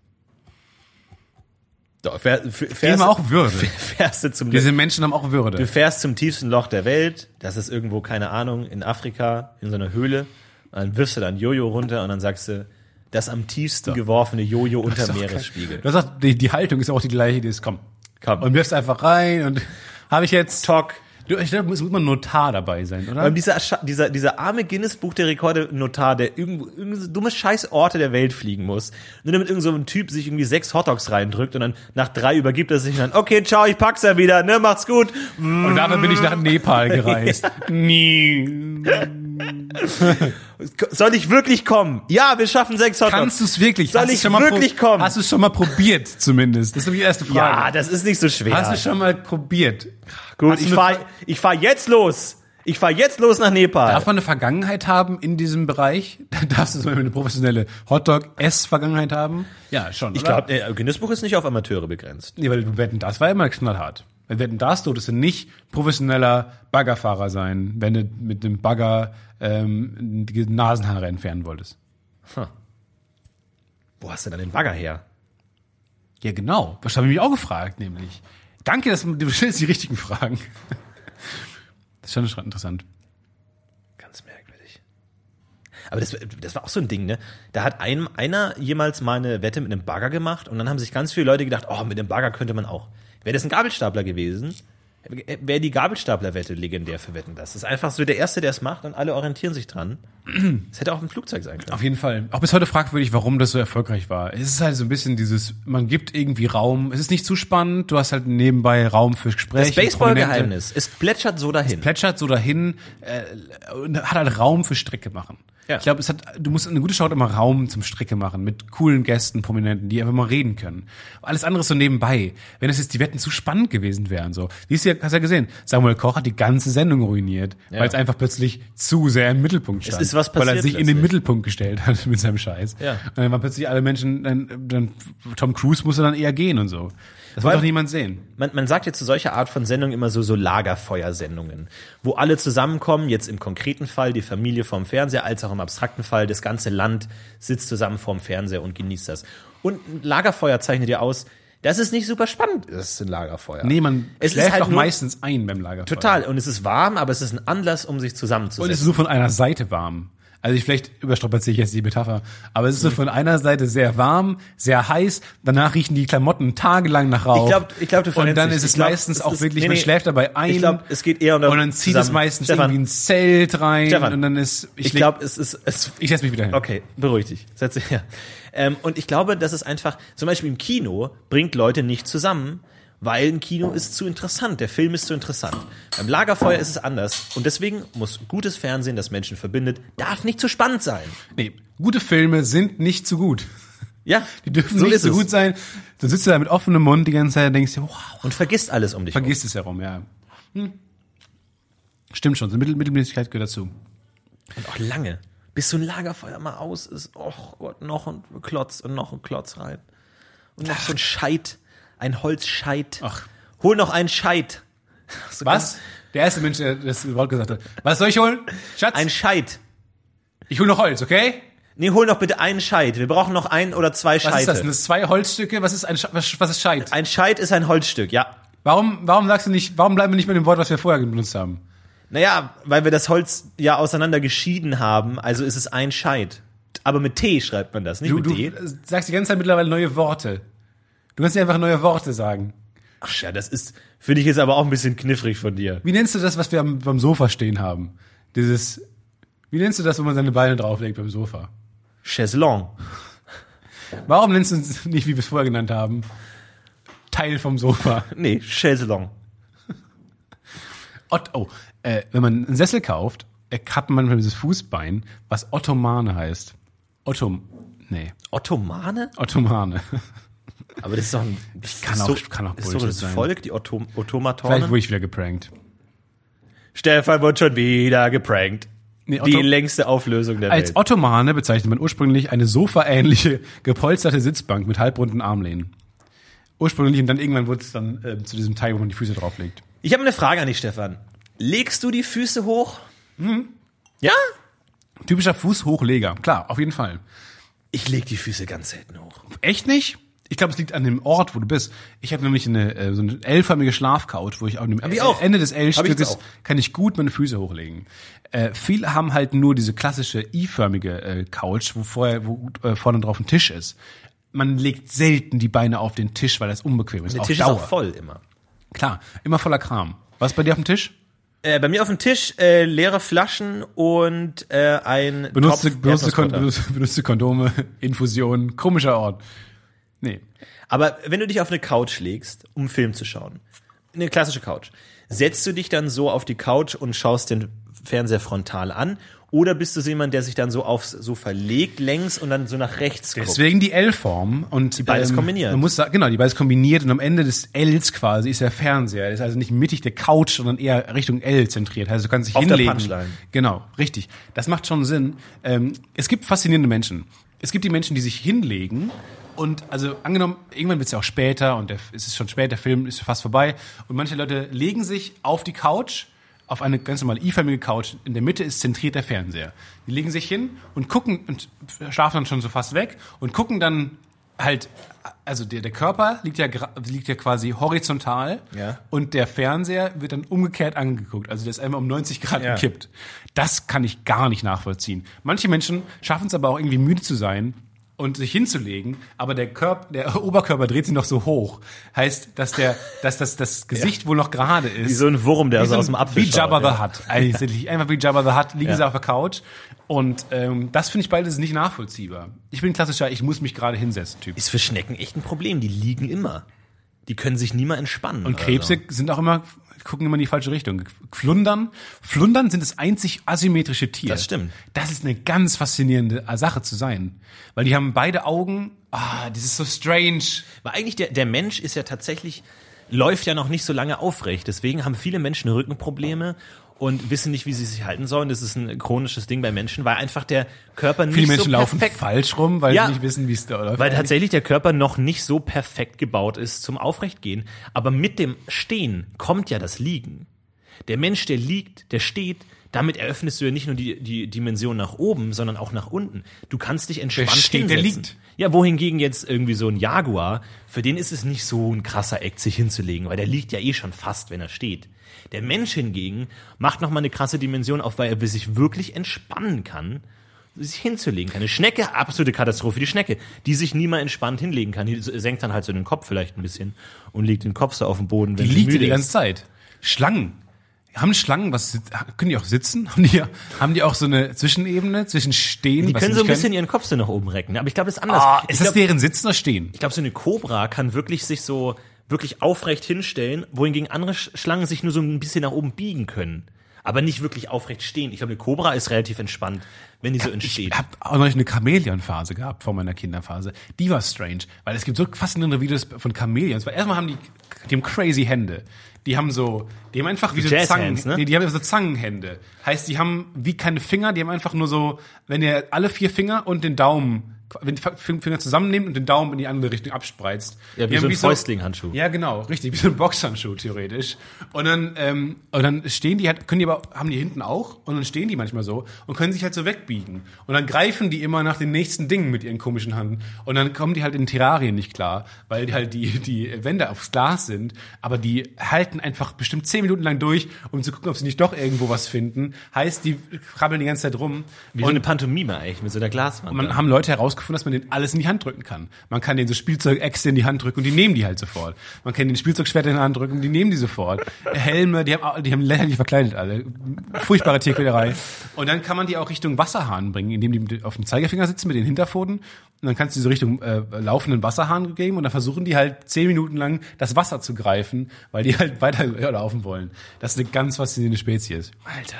[SPEAKER 3] Doch, fähr, f-
[SPEAKER 1] Die
[SPEAKER 3] fährst,
[SPEAKER 1] haben auch Würde.
[SPEAKER 3] fährst du zum,
[SPEAKER 1] Diese Menschen haben auch Würde.
[SPEAKER 3] du fährst zum tiefsten Loch der Welt. Das ist irgendwo, keine Ahnung, in Afrika, in so einer Höhle. Und dann wirfst du dann Jojo runter und dann sagst du, das am tiefsten geworfene Jojo unter
[SPEAKER 1] Das ist auch
[SPEAKER 3] Meeresspiegel.
[SPEAKER 1] kein- Du sagst, die, die Haltung ist auch die gleiche, die ist, komm.
[SPEAKER 3] Komm.
[SPEAKER 1] Und wirfst einfach rein und habe ich jetzt.
[SPEAKER 3] Talk.
[SPEAKER 1] Du, ich glaube, es muss man Notar dabei sein, oder?
[SPEAKER 3] Aber dieser, Scha- dieser, dieser arme Guinness-Buch der Rekorde-Notar, der irgendwo, irgend so dumme Scheißorte der Welt fliegen muss, nur damit irgend so ein Typ sich irgendwie sechs Hotdogs reindrückt und dann nach drei übergibt er sich und dann, okay, ciao, ich pack's ja wieder, ne, macht's gut.
[SPEAKER 1] Und dafür bin ich nach Nepal gereist. Nie.
[SPEAKER 3] Soll ich wirklich kommen? Ja, wir schaffen sechs Hotdogs.
[SPEAKER 1] Kannst du es wirklich?
[SPEAKER 3] Soll
[SPEAKER 1] Hast du's
[SPEAKER 3] ich
[SPEAKER 1] schon mal
[SPEAKER 3] wirklich
[SPEAKER 1] pro-
[SPEAKER 3] kommen?
[SPEAKER 1] Hast du es schon mal probiert, zumindest? Das ist nämlich die erste Frage.
[SPEAKER 3] ja, das ist nicht so schwer.
[SPEAKER 1] Hast du schon mal probiert?
[SPEAKER 3] gut,
[SPEAKER 1] hast du
[SPEAKER 3] ich
[SPEAKER 1] eine
[SPEAKER 3] fahr,
[SPEAKER 1] Fra-
[SPEAKER 3] ich fahr jetzt los. Ich fahr jetzt los nach Nepal.
[SPEAKER 1] Darf man eine Vergangenheit haben in diesem Bereich? Dann darfst du zum Beispiel eine professionelle Hotdog-Ess-Vergangenheit haben? Ja, schon.
[SPEAKER 3] ich glaube, äh, Guinness-Buch ist nicht auf Amateure begrenzt.
[SPEAKER 1] Nee, weil Wetten, das war immer knallhart. Bei Wetten, das durftest du nicht professioneller Baggerfahrer sein, wenn du mit dem Bagger ähm, die Nasenhaare entfernen wolltest.
[SPEAKER 3] Wo hast du denn den Bagger her?
[SPEAKER 1] Ja, genau. Das habe ich mich auch gefragt, nämlich. Danke, dass du du stellst die richtigen Fragen. Das ist schon interessant.
[SPEAKER 3] Ganz merkwürdig. Aber das, das war auch so ein Ding, ne? Da hat ein, einer jemals mal eine Wette mit einem Bagger gemacht und dann haben sich ganz viele Leute gedacht, oh, mit dem Bagger könnte man auch. Wäre das ein Gabelstapler gewesen, wäre die Gabelstapler-Wette legendär für Wetten. Das ist einfach so der Erste, der es macht und alle orientieren sich dran. Es hätte auch ein Flugzeug sein können.
[SPEAKER 1] Auf jeden Fall. Auch bis heute fragwürdig, warum das so erfolgreich war. Es ist halt so ein bisschen dieses, man gibt irgendwie Raum. Es ist nicht zu spannend. Du hast halt nebenbei Raum für Gespräche.
[SPEAKER 3] Das Baseball-Geheimnis. Es plätschert so dahin.
[SPEAKER 1] plätschert so dahin äh, und hat halt Raum für Strecke machen.
[SPEAKER 3] Ja.
[SPEAKER 1] Ich glaube, es hat, du musst eine gute Show hat immer Raum zum Strecke machen mit coolen Gästen, Prominenten, die einfach mal reden können. Alles andere ist so nebenbei. Wenn es jetzt die Wetten zu spannend gewesen wären, so. Siehst du, ja- hast ja gesehen, Samuel Koch hat die ganze Sendung ruiniert, weil es einfach plötzlich zu sehr im Mittelpunkt stand.
[SPEAKER 3] ist was
[SPEAKER 1] Weil er
[SPEAKER 3] passiert
[SPEAKER 1] sich in den
[SPEAKER 3] plötzlich.
[SPEAKER 1] Mittelpunkt gestellt hat mit seinem Scheiß.
[SPEAKER 3] Ja.
[SPEAKER 1] Und dann waren plötzlich alle Menschen, dann, dann Tom Cruise musste dann eher gehen und so. Das wollte
[SPEAKER 3] allem-
[SPEAKER 1] doch niemand sehen.
[SPEAKER 3] Man, man sagt jetzt zu solcher Art von Sendung immer so, so Lagerfeuersendungen, wo alle zusammenkommen, jetzt im konkreten Fall die Familie vorm Fernseher, als auch im abstrakten Fall das ganze Land sitzt zusammen vorm Fernseher und genießt das. Und ein Lagerfeuer zeichnet dir aus, dass es nicht super spannend ist, ein Lagerfeuer.
[SPEAKER 1] Nee, man
[SPEAKER 3] es
[SPEAKER 1] schläft
[SPEAKER 3] ist halt
[SPEAKER 1] doch
[SPEAKER 3] nur-
[SPEAKER 1] meistens ein beim Lagerfeuer.
[SPEAKER 3] Total, und es ist warm, aber es ist ein Anlass, um sich
[SPEAKER 1] Und es
[SPEAKER 3] zusammenzusetzen.
[SPEAKER 1] ist nur von einer Seite warm. Also ich, vielleicht überstrapaziere ich jetzt die Metapher, aber es ist
[SPEAKER 3] Mhm.
[SPEAKER 1] so von einer Seite sehr warm, sehr heiß, danach riechen die Klamotten tagelang nach Rauch.
[SPEAKER 3] Ich glaub- ich glaub, du
[SPEAKER 1] Und
[SPEAKER 3] verrennst
[SPEAKER 1] dann
[SPEAKER 3] dich.
[SPEAKER 1] ist es
[SPEAKER 3] Ich glaub,
[SPEAKER 1] meistens
[SPEAKER 3] es
[SPEAKER 1] auch
[SPEAKER 3] ist-
[SPEAKER 1] wirklich,
[SPEAKER 3] nee,
[SPEAKER 1] man
[SPEAKER 3] nee.
[SPEAKER 1] schläft dabei ein.
[SPEAKER 3] Ich glaub, es geht eher darum,
[SPEAKER 1] Und dann zieht es
[SPEAKER 3] zusammen-
[SPEAKER 1] meistens
[SPEAKER 3] Stefan.
[SPEAKER 1] irgendwie ein Zelt rein
[SPEAKER 3] Stefan.
[SPEAKER 1] und dann ist, ich,
[SPEAKER 3] Ich
[SPEAKER 1] leg-
[SPEAKER 3] glaube, es ist, es,
[SPEAKER 1] ich setze mich wieder hin.
[SPEAKER 3] Okay, beruhig dich. Setz dich her. Ähm, und ich glaube, das ist einfach, zum Beispiel im Kino bringt Leute nicht zusammen, weil ein Kino ist zu interessant, der Film ist zu interessant. Beim Lagerfeuer ist es anders und deswegen muss gutes Fernsehen, das Menschen verbindet, darf nicht zu spannend sein.
[SPEAKER 1] Nee, gute Filme sind nicht zu gut.
[SPEAKER 3] Ja,
[SPEAKER 1] Die dürfen nicht
[SPEAKER 3] ist
[SPEAKER 1] so
[SPEAKER 3] es.
[SPEAKER 1] gut sein. Dann sitzt du da mit offenem Mund die ganze Zeit und denkst dir, wow,
[SPEAKER 3] Und vergisst alles um dich. herum.
[SPEAKER 1] Vergisst es herum, ja. Hm. Stimmt schon, so Mittel Mittelmäßigkeit gehört dazu.
[SPEAKER 3] Und auch lange. Bis so ein Lagerfeuer mal aus ist, och Gott, noch ein Klotz und noch ein Klotz rein. Und noch so ein Scheit, ein Holzscheit.
[SPEAKER 1] Ach.
[SPEAKER 3] Hol noch einen Scheit. So
[SPEAKER 1] Was? Der erste Mensch, der das Wort gesagt hat. Was soll ich holen? Schatz,
[SPEAKER 3] Ein Scheit.
[SPEAKER 1] ich hole noch Holz, okay?
[SPEAKER 3] Nee, hol noch bitte einen Scheit. Wir brauchen noch ein oder zwei
[SPEAKER 1] Was
[SPEAKER 3] Scheite.
[SPEAKER 1] ist das? Sind das zwei Holzstücke? Was ist ein Sch was, was ist Scheit?
[SPEAKER 3] Ein Scheit ist ein Holzstück, ja.
[SPEAKER 1] Warum, warum sagst du nicht, warum bleiben wir nicht bei dem Wort, was wir vorher benutzt haben?
[SPEAKER 3] Naja, weil wir das Holz ja auseinander geschieden haben, also ist es ein Scheit. Aber mit T schreibt man das, nicht
[SPEAKER 1] Du,
[SPEAKER 3] mit
[SPEAKER 1] du
[SPEAKER 3] D.
[SPEAKER 1] sagst die ganze Zeit mittlerweile neue Worte. Du kannst dir einfach neue Worte sagen.
[SPEAKER 3] Ach ja, das ist, finde ich jetzt aber auch ein bisschen kniffrig von dir.
[SPEAKER 1] Wie nennst du das, was wir am, beim Sofa stehen haben? Dieses, wie nennst du das, wo man seine Beine drauflegt beim Sofa?
[SPEAKER 3] Chaiselong.
[SPEAKER 1] Warum nennst du es nicht, wie wir es vorher genannt haben? Teil vom Sofa.
[SPEAKER 3] Nee, Chaiselong.
[SPEAKER 1] Ott, oh, äh, wenn man einen Sessel kauft, äh, hat man manchmal dieses Fußbein, was Ottomane heißt. Ottom, nee,
[SPEAKER 3] Ottomane?
[SPEAKER 1] Ottomane.
[SPEAKER 3] Aber das ist doch ein,
[SPEAKER 1] kann
[SPEAKER 3] ist
[SPEAKER 1] auch-
[SPEAKER 3] so,
[SPEAKER 1] kann auch
[SPEAKER 3] ist doch
[SPEAKER 1] Bullshit
[SPEAKER 3] das
[SPEAKER 1] sein.
[SPEAKER 3] Volk, die Otto
[SPEAKER 1] Vielleicht
[SPEAKER 3] Ottomatoren.
[SPEAKER 1] wurde ich wieder geprankt.
[SPEAKER 3] Stefan wird schon wieder geprankt.
[SPEAKER 1] Nee,
[SPEAKER 3] die
[SPEAKER 1] Otto-
[SPEAKER 3] längste Auflösung der
[SPEAKER 1] Als
[SPEAKER 3] Welt.
[SPEAKER 1] Ottomane bezeichnet man ursprünglich eine sofaähnliche, gepolsterte Sitzbank mit halbrunden Armlehnen. Ursprünglich und dann irgendwann wurde es dann äh, zu diesem Teil, wo man die Füße drauflegt.
[SPEAKER 3] Ich habe eine Frage an dich, Stefan. Legst du die Füße hoch?
[SPEAKER 1] Mhm.
[SPEAKER 3] Ja?
[SPEAKER 1] Typischer Fußhochleger, klar, auf jeden Fall.
[SPEAKER 3] Ich leg die Füße ganz selten hoch.
[SPEAKER 1] Echt nicht? Ich glaube, es liegt an dem Ort, wo du bist. Ich habe nämlich eine äh, so eine L-förmige Schlafcouch, wo ich am
[SPEAKER 3] ich auch.
[SPEAKER 1] Ende des
[SPEAKER 3] Hab ich
[SPEAKER 1] L-Stückes
[SPEAKER 3] auch.
[SPEAKER 1] kann ich gut meine Füße hochlegen. Äh, viele haben halt nur diese klassische I-förmige äh, Couch, wo vorher wo äh, vorne drauf ein Tisch ist. Man legt selten die Beine auf den Tisch, weil das unbequem ist.
[SPEAKER 3] Der
[SPEAKER 1] auf
[SPEAKER 3] Tisch
[SPEAKER 1] Dauer.
[SPEAKER 3] ist auch voll immer.
[SPEAKER 1] Klar, immer voller Kram. Was bei dir auf dem Tisch?
[SPEAKER 3] Äh, bei mir auf dem Tisch äh, leere Flaschen und äh, ein
[SPEAKER 1] Benutzte,
[SPEAKER 3] Topf
[SPEAKER 1] benutzte, Kon
[SPEAKER 3] Erdnussbutter.
[SPEAKER 1] benutzte, benutzte Kondome, Infusionen, komischer Ort. Nee.
[SPEAKER 3] Aber wenn du dich auf eine Couch legst, um Film zu schauen, eine klassische Couch, setzt du dich dann so auf die Couch und schaust den Fernseher frontal an? Oder bist du so jemand, der sich dann so aufs Sofa legt längs und dann so nach rechts guckt?
[SPEAKER 1] Deswegen die L-Form und die
[SPEAKER 3] beides kombiniert.
[SPEAKER 1] Man muss sa- genau, die beides kombiniert und am Ende des Ls quasi ist der Fernseher. Der ist also nicht mittig der Couch, sondern eher Richtung L zentriert. Also du kannst dich
[SPEAKER 3] Auf der
[SPEAKER 1] hinlegen.
[SPEAKER 3] Punchline.
[SPEAKER 1] Genau, richtig. Das macht schon Sinn. Ähm, es gibt faszinierende Menschen. Es gibt die Menschen, die sich hinlegen und also angenommen, irgendwann wird es ja auch später und der, es ist schon spät, der Film ist fast vorbei und manche Leute legen sich auf die Couch, auf eine ganz normale i-förmige Couch, in der Mitte ist zentriert der Fernseher. Die legen sich hin und gucken und schlafen dann schon so fast weg und gucken dann halt, also der, der Körper liegt ja, gra- liegt ja quasi horizontal
[SPEAKER 3] Ja.
[SPEAKER 1] und der Fernseher wird dann umgekehrt angeguckt. Also der ist einmal um 90 Grad
[SPEAKER 3] Ja.
[SPEAKER 1] gekippt. Das kann ich gar nicht nachvollziehen. Manche Menschen schaffen es aber auch irgendwie müde zu sein und sich hinzulegen, aber der Körper, der Oberkörper dreht sich noch so hoch. Heißt, dass der, dass das, das Gesicht wohl noch gerade ist.
[SPEAKER 3] Wie so ein Wurm, der so also aus dem Apfel
[SPEAKER 1] Wie Jabba
[SPEAKER 3] schaut, ja.
[SPEAKER 1] the Hutt. Eigentlich sind die- einfach wie Jabba the Hutt liegen
[SPEAKER 3] Ja.
[SPEAKER 1] sie auf der Couch. Und ähm, das finde ich beides nicht nachvollziehbar. Ich bin ein klassischer, ich muss mich gerade hinsetzen, Typ.
[SPEAKER 3] Ist für Schnecken echt ein Problem. Die liegen immer. Die können sich nie mal entspannen.
[SPEAKER 1] Und
[SPEAKER 3] oder
[SPEAKER 1] Krebse
[SPEAKER 3] so.
[SPEAKER 1] sind auch immer, gucken immer in die falsche Richtung. Flundern, Flundern sind das einzig asymmetrische Tier.
[SPEAKER 3] Das stimmt.
[SPEAKER 1] Das ist eine ganz faszinierende Sache zu sein. Weil die haben beide Augen, ah, das ist so strange.
[SPEAKER 3] Weil eigentlich der, der Mensch ist ja tatsächlich, läuft ja noch nicht so lange aufrecht. Deswegen haben viele Menschen Rückenprobleme und wissen nicht, wie sie sich halten sollen. Das ist ein chronisches Ding bei Menschen, weil einfach der Körper nicht
[SPEAKER 1] Viele
[SPEAKER 3] so
[SPEAKER 1] Menschen laufen
[SPEAKER 3] perfekt
[SPEAKER 1] falsch rum, weil
[SPEAKER 3] Ja.
[SPEAKER 1] sie nicht wissen, wie es da läuft.
[SPEAKER 3] Weil tatsächlich der Körper noch nicht so perfekt gebaut ist zum Aufrechtgehen. Aber mit dem Stehen kommt ja das Liegen. Der Mensch, der liegt, der steht, damit eröffnest du ja nicht nur die, die Dimension nach oben, sondern auch nach unten. Du kannst dich entspannt
[SPEAKER 1] Der steht, der
[SPEAKER 3] hinsetzen.
[SPEAKER 1] liegt.
[SPEAKER 3] Ja, wohingegen jetzt irgendwie so ein Jaguar, für den ist es nicht so ein krasser Eck, sich hinzulegen, weil der liegt ja eh schon fast, wenn er steht. Der Mensch hingegen macht nochmal eine krasse Dimension auf, weil er sich wirklich entspannen kann, sich hinzulegen kann. Eine Schnecke, absolute Katastrophe, die Schnecke, die sich nie mal entspannt hinlegen kann. Die senkt dann halt so den Kopf vielleicht ein bisschen und legt den Kopf so auf den Boden, wenn
[SPEAKER 1] die
[SPEAKER 3] sie
[SPEAKER 1] liegt
[SPEAKER 3] müde
[SPEAKER 1] ja die
[SPEAKER 3] ist.
[SPEAKER 1] ganze Zeit. Schlangen. Haben Schlangen was, sit- können die auch sitzen? Haben die, haben die auch so eine Zwischenebene zwischen stehen?
[SPEAKER 3] Die
[SPEAKER 1] was
[SPEAKER 3] können
[SPEAKER 1] sie
[SPEAKER 3] so ein
[SPEAKER 1] nicht
[SPEAKER 3] bisschen ihren Kopf so nach oben recken, ne? aber ich glaube, das ist anders.
[SPEAKER 1] Ah,
[SPEAKER 3] ich
[SPEAKER 1] ist das
[SPEAKER 3] glaub-
[SPEAKER 1] deren Sitzen oder Stehen?
[SPEAKER 3] Ich glaube, so eine Cobra kann wirklich sich so wirklich aufrecht hinstellen, wohingegen andere Sch- Schlangen sich nur so ein bisschen nach oben biegen können. Aber nicht wirklich aufrecht stehen. Ich glaube, eine Cobra ist relativ entspannt, wenn die so entsteht.
[SPEAKER 1] Ich habe auch noch eine Chamäleon-Phase gehabt vor meiner Kinderphase. Die war strange, weil es gibt so faszinierende Videos von Chamäleons. Weil erstmal haben die, die haben crazy Hände. Die haben so, die haben einfach wie so
[SPEAKER 3] Jazz
[SPEAKER 1] Zangen,
[SPEAKER 3] Hands, ne?
[SPEAKER 1] nee, die haben so Zangenhände. Heißt, die haben wie keine Finger, die haben einfach nur so, wenn ihr alle vier Finger und den Daumen, wenn die fünf Finger zusammennehmt und den Daumen in die andere Richtung abspreizt.
[SPEAKER 3] Ja, wie
[SPEAKER 1] Die haben
[SPEAKER 3] so ein Fäustling-Handschuh.
[SPEAKER 1] ja, genau, richtig, wie so ein Boxhandschuh theoretisch. Und dann, ähm, und dann stehen die halt, können die aber, haben die hinten auch, und dann stehen die manchmal so und können sich halt so wegbiegen. Und dann greifen die immer nach den nächsten Dingen mit ihren komischen Handen. Und dann kommen die halt in Terrarien nicht klar, weil die halt die, die Wände aufs Glas sind. Aber die halten einfach bestimmt zehn Minuten lang durch, um zu gucken, ob sie nicht doch irgendwo was finden. Heißt, die krabbeln die ganze Zeit rum.
[SPEAKER 3] Wie so eine Pantomime eigentlich, mit so einer Glaswand.
[SPEAKER 1] Man haben Leute herausgefunden, dass man den alles in die Hand drücken kann. Man kann den so Spielzeugäxte in die Hand drücken und die nehmen die halt sofort. Man kann den Spielzeugschwert in die Hand drücken und die nehmen die sofort. Helme, die haben, die haben lächerlich verkleidet alle. Furchtbare Tierquälerei. Und dann kann man die auch Richtung Wasserhahn bringen, indem die mit- auf dem Zeigefinger sitzen mit den Hinterpfoten. Und dann kannst du die so Richtung äh, laufenden Wasserhahn geben und dann versuchen die halt zehn Minuten lang das Wasser zu greifen, weil die halt weiter laufen wollen. Das ist eine ganz faszinierende Spezies.
[SPEAKER 3] Alter.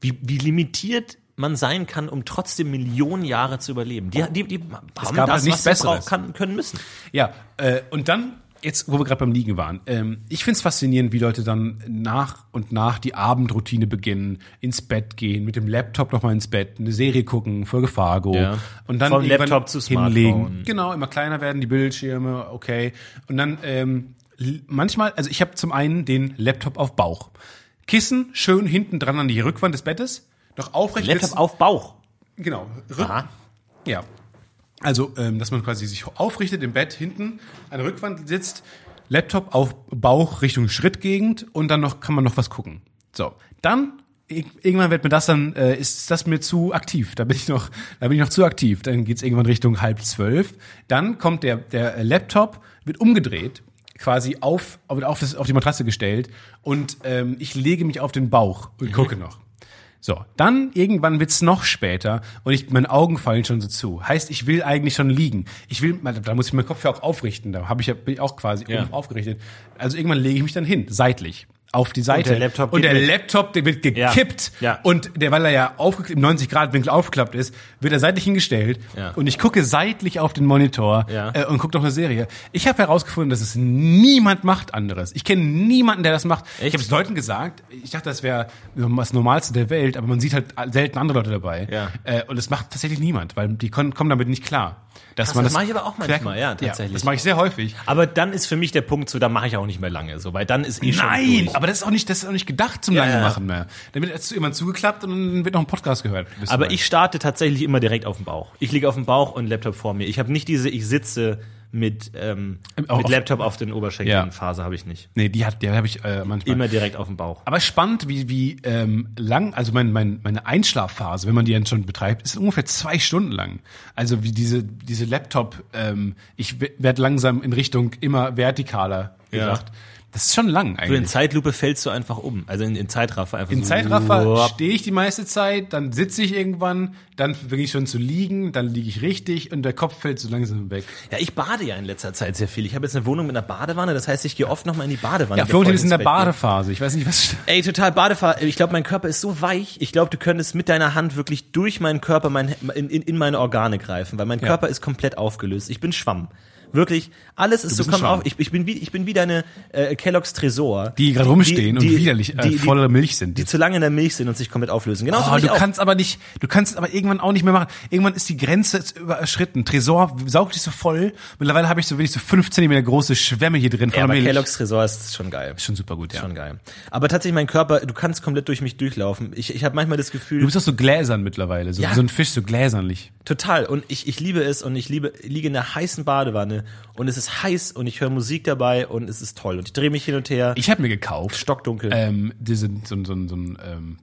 [SPEAKER 3] Wie, wie limitiert man sein kann, um trotzdem Millionen Jahre zu überleben. Die, die, die haben
[SPEAKER 1] gab
[SPEAKER 3] das,
[SPEAKER 1] halt nichts
[SPEAKER 3] was sie
[SPEAKER 1] Besseres.
[SPEAKER 3] brauchen, können müssen.
[SPEAKER 1] Ja, äh, und dann jetzt, wo wir gerade beim Liegen waren, ähm, ich find's faszinierend, wie Leute dann nach und nach die Abendroutine beginnen, ins Bett gehen, mit dem Laptop nochmal ins Bett, eine Serie gucken, Folge Fargo
[SPEAKER 3] Ja.
[SPEAKER 1] und dann
[SPEAKER 3] Vom
[SPEAKER 1] irgendwann
[SPEAKER 3] Laptop zu Smartphone.
[SPEAKER 1] Genau, immer kleiner werden die Bildschirme, okay. Und dann ähm, l- manchmal, also ich habe zum einen den Laptop auf Bauch. Kissen schön hinten dran an die Rückwand des Bettes, noch aufrecht.
[SPEAKER 3] Laptop auf Bauch.
[SPEAKER 1] Genau. Rück
[SPEAKER 3] Aha.
[SPEAKER 1] ja. Also, ähm, dass man quasi sich aufrichtet im Bett, hinten an der Rückwand sitzt, Laptop auf Bauch Richtung Schrittgegend und dann noch kann man noch was gucken. So, dann ir- irgendwann wird mir das dann äh, ist das mir zu aktiv. Da bin ich noch, da bin ich noch zu aktiv. Dann geht's irgendwann Richtung halb zwölf. Dann kommt der der Laptop wird umgedreht quasi auf auf, auf, das, auf die Matratze gestellt und ähm, ich lege mich auf den Bauch und gucke noch. So, dann irgendwann wird's noch später und ich, meine Augen fallen schon so zu. Heißt, ich will eigentlich schon liegen. Ich will, da muss ich meinen Kopf ja auch aufrichten. Da habe ich ja bin ich auch quasi oben aufgerichtet. Also irgendwann lege ich mich dann hin, seitlich. Auf die Seite.
[SPEAKER 3] der Laptop
[SPEAKER 1] und
[SPEAKER 3] geht
[SPEAKER 1] der
[SPEAKER 3] mit.
[SPEAKER 1] Laptop, der wird gekippt.
[SPEAKER 3] Ja.
[SPEAKER 1] Und der, weil er ja aufge- im 90-Grad-Winkel aufgeklappt ist, wird er seitlich hingestellt.
[SPEAKER 3] Ja.
[SPEAKER 1] Und ich gucke seitlich auf den Monitor
[SPEAKER 3] Ja.
[SPEAKER 1] äh, und gucke noch eine Serie. Ich habe herausgefunden, dass es niemand macht anderes. Ich kenne niemanden, der das macht. Ich
[SPEAKER 3] Echt?
[SPEAKER 1] habe es Leuten gesagt. Ich dachte, das wäre das Normalste der Welt, aber man sieht halt selten andere Leute dabei.
[SPEAKER 3] Ja.
[SPEAKER 1] Äh, und das macht tatsächlich niemand, weil die kon- kommen damit nicht klar. Dass
[SPEAKER 3] Krass,
[SPEAKER 1] man
[SPEAKER 3] das mach ich aber auch manchmal, ja, tatsächlich.
[SPEAKER 1] das mache ich sehr häufig.
[SPEAKER 3] Aber dann ist für mich der Punkt so, da mache ich auch nicht mehr lange so, weil dann ist eh schon
[SPEAKER 1] Nein,
[SPEAKER 3] durch.
[SPEAKER 1] aber das ist auch nicht, das ist auch nicht gedacht zum
[SPEAKER 3] Ja,
[SPEAKER 1] lange
[SPEAKER 3] ja.
[SPEAKER 1] machen mehr. Dann wird erst jemand zugeklappt und dann wird noch ein Podcast gehört.
[SPEAKER 3] Aber ich starte tatsächlich immer direkt auf dem Bauch. Ich liege auf dem Bauch und Laptop vor mir. Ich habe nicht diese, ich sitze mit, ähm,
[SPEAKER 1] Auch
[SPEAKER 3] mit
[SPEAKER 1] auf-
[SPEAKER 3] Laptop auf den
[SPEAKER 1] Ja.
[SPEAKER 3] Oberschenkeln Phase habe ich nicht.
[SPEAKER 1] nee, die hat, die habe ich äh, manchmal.
[SPEAKER 3] Immer direkt auf dem Bauch.
[SPEAKER 1] Aber spannend, wie, wie ähm, lang, also mein, mein, meine Einschlafphase, wenn man die dann schon betreibt, ist ungefähr zwei Stunden lang. Also wie diese, diese Laptop, ähm, ich werde langsam in Richtung immer vertikaler
[SPEAKER 3] Ja.
[SPEAKER 1] gedacht. Das ist schon lang
[SPEAKER 3] Du Also in
[SPEAKER 1] eigentlich.
[SPEAKER 3] Zeitlupe fällst du einfach um. Also in, in Zeitraffer einfach
[SPEAKER 1] In
[SPEAKER 3] so.
[SPEAKER 1] Zeitraffer
[SPEAKER 3] Wupp.
[SPEAKER 1] stehe ich die meiste Zeit, dann sitze ich irgendwann, dann beginne ich schon zu liegen, dann liege ich richtig und der Kopf fällt so langsam weg.
[SPEAKER 3] Ja, ich bade ja in letzter Zeit sehr viel. Ich habe jetzt eine Wohnung mit einer Badewanne, das heißt, ich gehe oft nochmal in die Badewanne.
[SPEAKER 1] Ja,
[SPEAKER 3] bevor
[SPEAKER 1] Florentin
[SPEAKER 3] ich
[SPEAKER 1] ist in
[SPEAKER 3] ins
[SPEAKER 1] der ne?
[SPEAKER 3] Bett gehe.
[SPEAKER 1] Badephase. Ich weiß nicht, was.
[SPEAKER 3] Ey, total Badefahr. Ich glaube, mein Körper ist so weich. Ich glaube, du könntest mit deiner Hand wirklich durch meinen Körper mein, in, in, in meine Organe greifen, weil mein Körper ist komplett aufgelöst. Ich bin Schwamm. Wirklich, alles ist so
[SPEAKER 1] bist ein
[SPEAKER 3] komm
[SPEAKER 1] Schwamm.
[SPEAKER 3] auf. Ich, ich bin wie ich bin wie deine äh, Kellogg's Tresor,
[SPEAKER 1] Die gerade rumstehen und widerlich, äh, voller Milch sind.
[SPEAKER 3] die zu lange in der Milch sind und sich komplett auflösen. Genau,
[SPEAKER 1] Oh, du kannst aber nicht, du kannst es aber irgendwann auch nicht mehr machen. Irgendwann ist die Grenze jetzt überschritten. Tresor saugt dich so voll. Mittlerweile habe ich so wenig so 5 cm große Schwämme hier drin von
[SPEAKER 3] ja,
[SPEAKER 1] der
[SPEAKER 3] aber
[SPEAKER 1] Milch.
[SPEAKER 3] Kellogg's Tresor ist schon geil.
[SPEAKER 1] Schon super gut, ja.
[SPEAKER 3] Schon geil. Aber tatsächlich mein Körper, du kannst komplett durch mich durchlaufen. Ich, ich habe manchmal das Gefühl,
[SPEAKER 1] Du bist auch so gläsern mittlerweile, so,
[SPEAKER 3] Ja.
[SPEAKER 1] wie so ein Fisch, so gläsernlich.
[SPEAKER 3] Total. Und ich, ich liebe es und ich liebe, liege in der heißen Badewanne und es ist heiß und ich höre Musik dabei und es ist toll. Und ich drehe mich hin und her. Äh.
[SPEAKER 1] Ich habe mir gekauft,
[SPEAKER 3] stockdunkel.
[SPEAKER 1] ähm, diesen, so, ein- so, ein- so ein ähm,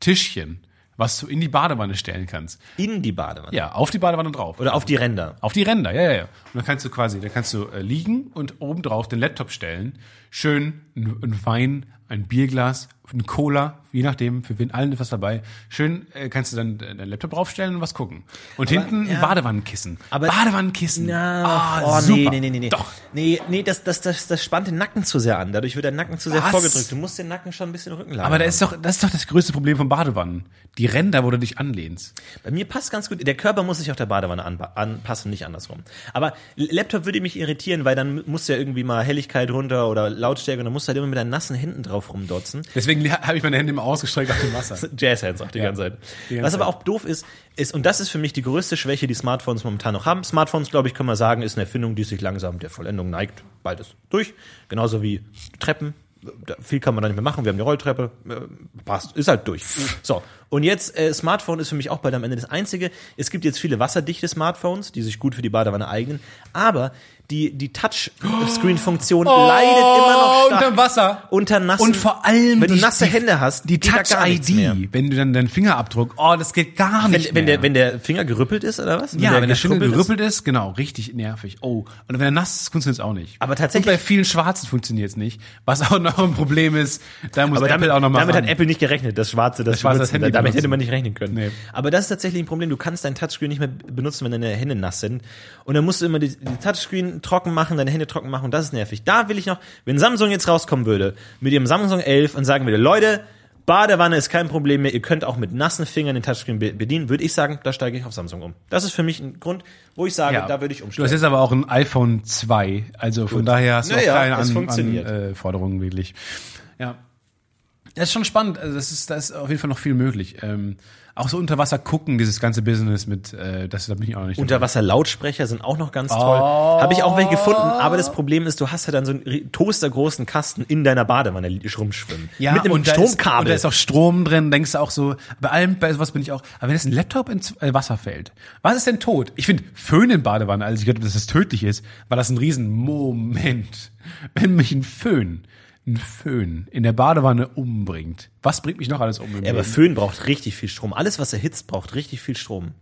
[SPEAKER 1] Bambus-Tischchen, was du in die Badewanne stellen kannst.
[SPEAKER 3] in die Badewanne.
[SPEAKER 1] Ja, auf die Badewanne drauf.
[SPEAKER 3] Oder auf die Ränder.
[SPEAKER 1] Auf die Ränder, ja, ja, ja. Und dann kannst du quasi, dann kannst du äh, liegen und obendrauf den Laptop stellen. Schön ein, ein Wein, ein Bierglas, ein Cola, je nachdem, für wen allen etwas dabei. Schön äh, kannst du dann äh, deinen Laptop draufstellen und was gucken. Und hinten ein Badewannenkissen.
[SPEAKER 3] Aber-
[SPEAKER 1] Badewannenkissen.
[SPEAKER 3] Na,
[SPEAKER 1] ah,
[SPEAKER 3] oh,
[SPEAKER 1] super.
[SPEAKER 3] nee, nee, nee, nee, nee.
[SPEAKER 1] Doch.
[SPEAKER 3] Nee, nee, das, das, das, das spannt den Nacken zu sehr an. Dadurch wird der Nacken zu sehr
[SPEAKER 1] Was?
[SPEAKER 3] vorgedrückt. Du musst den Nacken schon ein bisschen Rückenlage
[SPEAKER 1] Aber da
[SPEAKER 3] haben.
[SPEAKER 1] ist doch, das ist doch das größte Problem von Badewannen. Die Ränder, wo du dich anlehnst.
[SPEAKER 3] Bei mir passt ganz gut. Der Körper muss sich auch der Badewanne anpa- anpassen, nicht andersrum. Aber L- Laptop würde mich irritieren, weil dann muss ja irgendwie mal Helligkeit runter oder Lautstärke und dann musst du halt immer mit deinen nassen Händen drauf rumdotzen.
[SPEAKER 1] Deswegen ha- habe ich meine Hände immer ausgestreckt auf dem Wasser.
[SPEAKER 3] Jazzhands auch die ganze Zeit.
[SPEAKER 1] ganze
[SPEAKER 3] Was aber auch doof ist, ist, und das ist für mich die größte Schwäche, die Smartphones momentan noch haben. Smartphones, glaube ich, kann man sagen, ist eine Erfindung, die sich langsam der Vollendung neigt. Beides durch. Genauso wie Treppen. Da, viel kann man da nicht mehr machen. Wir haben die Rolltreppe. Äh, passt. Ist halt durch. So. Und jetzt, äh, Smartphone ist für mich auch bald am Ende das einzige. Es gibt jetzt viele wasserdichte Smartphones, die sich gut für die Badewanne eignen. Aber die, die Touchscreen-Funktion leidet immer noch
[SPEAKER 1] Oh,
[SPEAKER 3] stark.
[SPEAKER 1] unterm Wasser.
[SPEAKER 3] Unter nassen,
[SPEAKER 1] Oh, Und vor allem
[SPEAKER 3] wenn du
[SPEAKER 1] die-
[SPEAKER 3] nasse
[SPEAKER 1] die-
[SPEAKER 3] Hände hast,
[SPEAKER 1] Die
[SPEAKER 3] geht da gar nichts mehr.
[SPEAKER 1] Touch-ID, wenn du dann deinen Fingerabdruck, oh, das geht gar nicht
[SPEAKER 3] Wenn, wenn,
[SPEAKER 1] mehr.
[SPEAKER 3] der, wenn der Finger gerüppelt ist, oder was?
[SPEAKER 1] ja, wenn der Schimmel
[SPEAKER 3] geschrubbelt
[SPEAKER 1] gerüppelt ist, genau, richtig nervig. Oh, und wenn er nass ist, funktioniert es auch nicht.
[SPEAKER 3] Aber tatsächlich-
[SPEAKER 1] Und bei vielen Schwarzen funktioniert es nicht, was auch noch ein Problem ist. Da muss
[SPEAKER 3] Aber
[SPEAKER 1] Apple
[SPEAKER 3] damit,
[SPEAKER 1] auch noch mal
[SPEAKER 3] damit
[SPEAKER 1] ran.
[SPEAKER 3] hat Apple nicht gerechnet, das schwarze, das,
[SPEAKER 1] schwarze, das
[SPEAKER 3] benutzen.
[SPEAKER 1] Handy
[SPEAKER 3] Damit
[SPEAKER 1] benutzen.
[SPEAKER 3] hätte man nicht rechnen können.
[SPEAKER 1] Nee.
[SPEAKER 3] Aber das ist tatsächlich ein Problem. Du kannst dein Touchscreen nicht mehr benutzen, wenn deine Hände nass sind. Und dann musst du immer die, die Touchscreen trocken machen, deine Hände trocken machen und das ist nervig. Da will ich noch, wenn Samsung jetzt rauskommen würde, mit ihrem Samsung 11 und sagen würde, Leute, Badewanne ist kein Problem mehr. Ihr könnt auch mit nassen Fingern den Touchscreen be bedienen. Würde ich sagen, da steige ich auf Samsung um. Das ist für mich ein Grund, wo ich sage,
[SPEAKER 1] Ja.
[SPEAKER 3] da würde ich
[SPEAKER 1] Du hast
[SPEAKER 3] umsteigen.
[SPEAKER 1] jetzt aber auch ein iPhone 2, also von daher hast du
[SPEAKER 3] Naja,
[SPEAKER 1] auch keine
[SPEAKER 3] es
[SPEAKER 1] An-
[SPEAKER 3] funktioniert.
[SPEAKER 1] An, äh, Forderungen wirklich. Ja. Das ist schon spannend. Also das ist, da ist auf jeden Fall noch viel möglich. Ähm, auch so unter Wasser gucken, dieses ganze Business mit, äh, das da bin ich auch noch nicht. dabei.
[SPEAKER 3] Unterwasser-Lautsprecher sind auch noch ganz toll. Habe ich auch welche gefunden, aber das Problem ist, du hast ja dann so einen ri- toastergroßen Kasten in deiner Badewanne li- rumschwimmen.
[SPEAKER 1] ja,
[SPEAKER 3] Mit einem
[SPEAKER 1] und Da ist, und
[SPEAKER 3] Stromkabel.
[SPEAKER 1] da ist auch Strom drin, denkst du auch so, bei allem, bei sowas bin ich auch, aber wenn jetzt ein Laptop ins äh, Wasser fällt, was ist denn tot? Ich finde Föhn in Badewanne, also ich glaube, dass das tödlich ist, war das ein Riesenmoment. Wenn mich ein Föhn, ein Föhn in der Badewanne umbringt, was bringt mich noch alles um? im
[SPEAKER 3] ja, aber
[SPEAKER 1] Leben?
[SPEAKER 3] Föhn braucht richtig viel Strom. Alles, was erhitzt, braucht richtig viel Strom.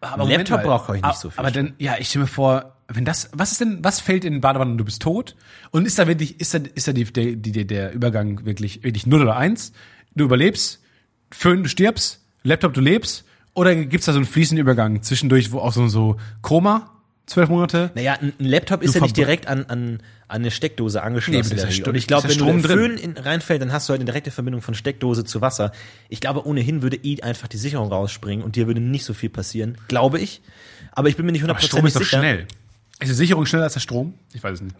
[SPEAKER 1] Aber Moment
[SPEAKER 3] Laptop
[SPEAKER 1] mal.
[SPEAKER 3] braucht euch nicht
[SPEAKER 1] Ah,
[SPEAKER 3] so viel
[SPEAKER 1] Aber
[SPEAKER 3] Strom.
[SPEAKER 1] dann, ja, ich stelle mir vor, wenn das, was ist denn, was fällt in die Badewanne und du bist tot? Und ist da wirklich, ist da, ist da die, der, die, der- der Übergang wirklich, wirklich 0 oder 1? Du überlebst, Föhn, du stirbst, Laptop, du lebst, oder gibt's da so einen fließenden Übergang zwischendurch, wo auch so, so Koma, zwölf Monate?
[SPEAKER 3] Naja, ein, ein Laptop ist ja nicht
[SPEAKER 1] verbr-
[SPEAKER 3] direkt an, an, an eine Steckdose
[SPEAKER 1] Nee,
[SPEAKER 3] angeschlossen.
[SPEAKER 1] aber das ist ja
[SPEAKER 3] Larry.
[SPEAKER 1] Sto-
[SPEAKER 3] und ich glaube,
[SPEAKER 1] das
[SPEAKER 3] wenn
[SPEAKER 1] ist ja
[SPEAKER 3] du der Föhn
[SPEAKER 1] Strom
[SPEAKER 3] in, reinfällt, dann hast du halt eine direkte Verbindung von Steckdose zu Wasser. Ich glaube, ohnehin würde eh einfach die Sicherung rausspringen und dir würde nicht so viel passieren, glaube ich. Aber ich bin mir nicht
[SPEAKER 1] Aber Strom
[SPEAKER 3] hundertprozentig
[SPEAKER 1] ist
[SPEAKER 3] sicher.
[SPEAKER 1] doch schnell. Ist die Sicherung schneller als der Strom? Ich weiß es nicht.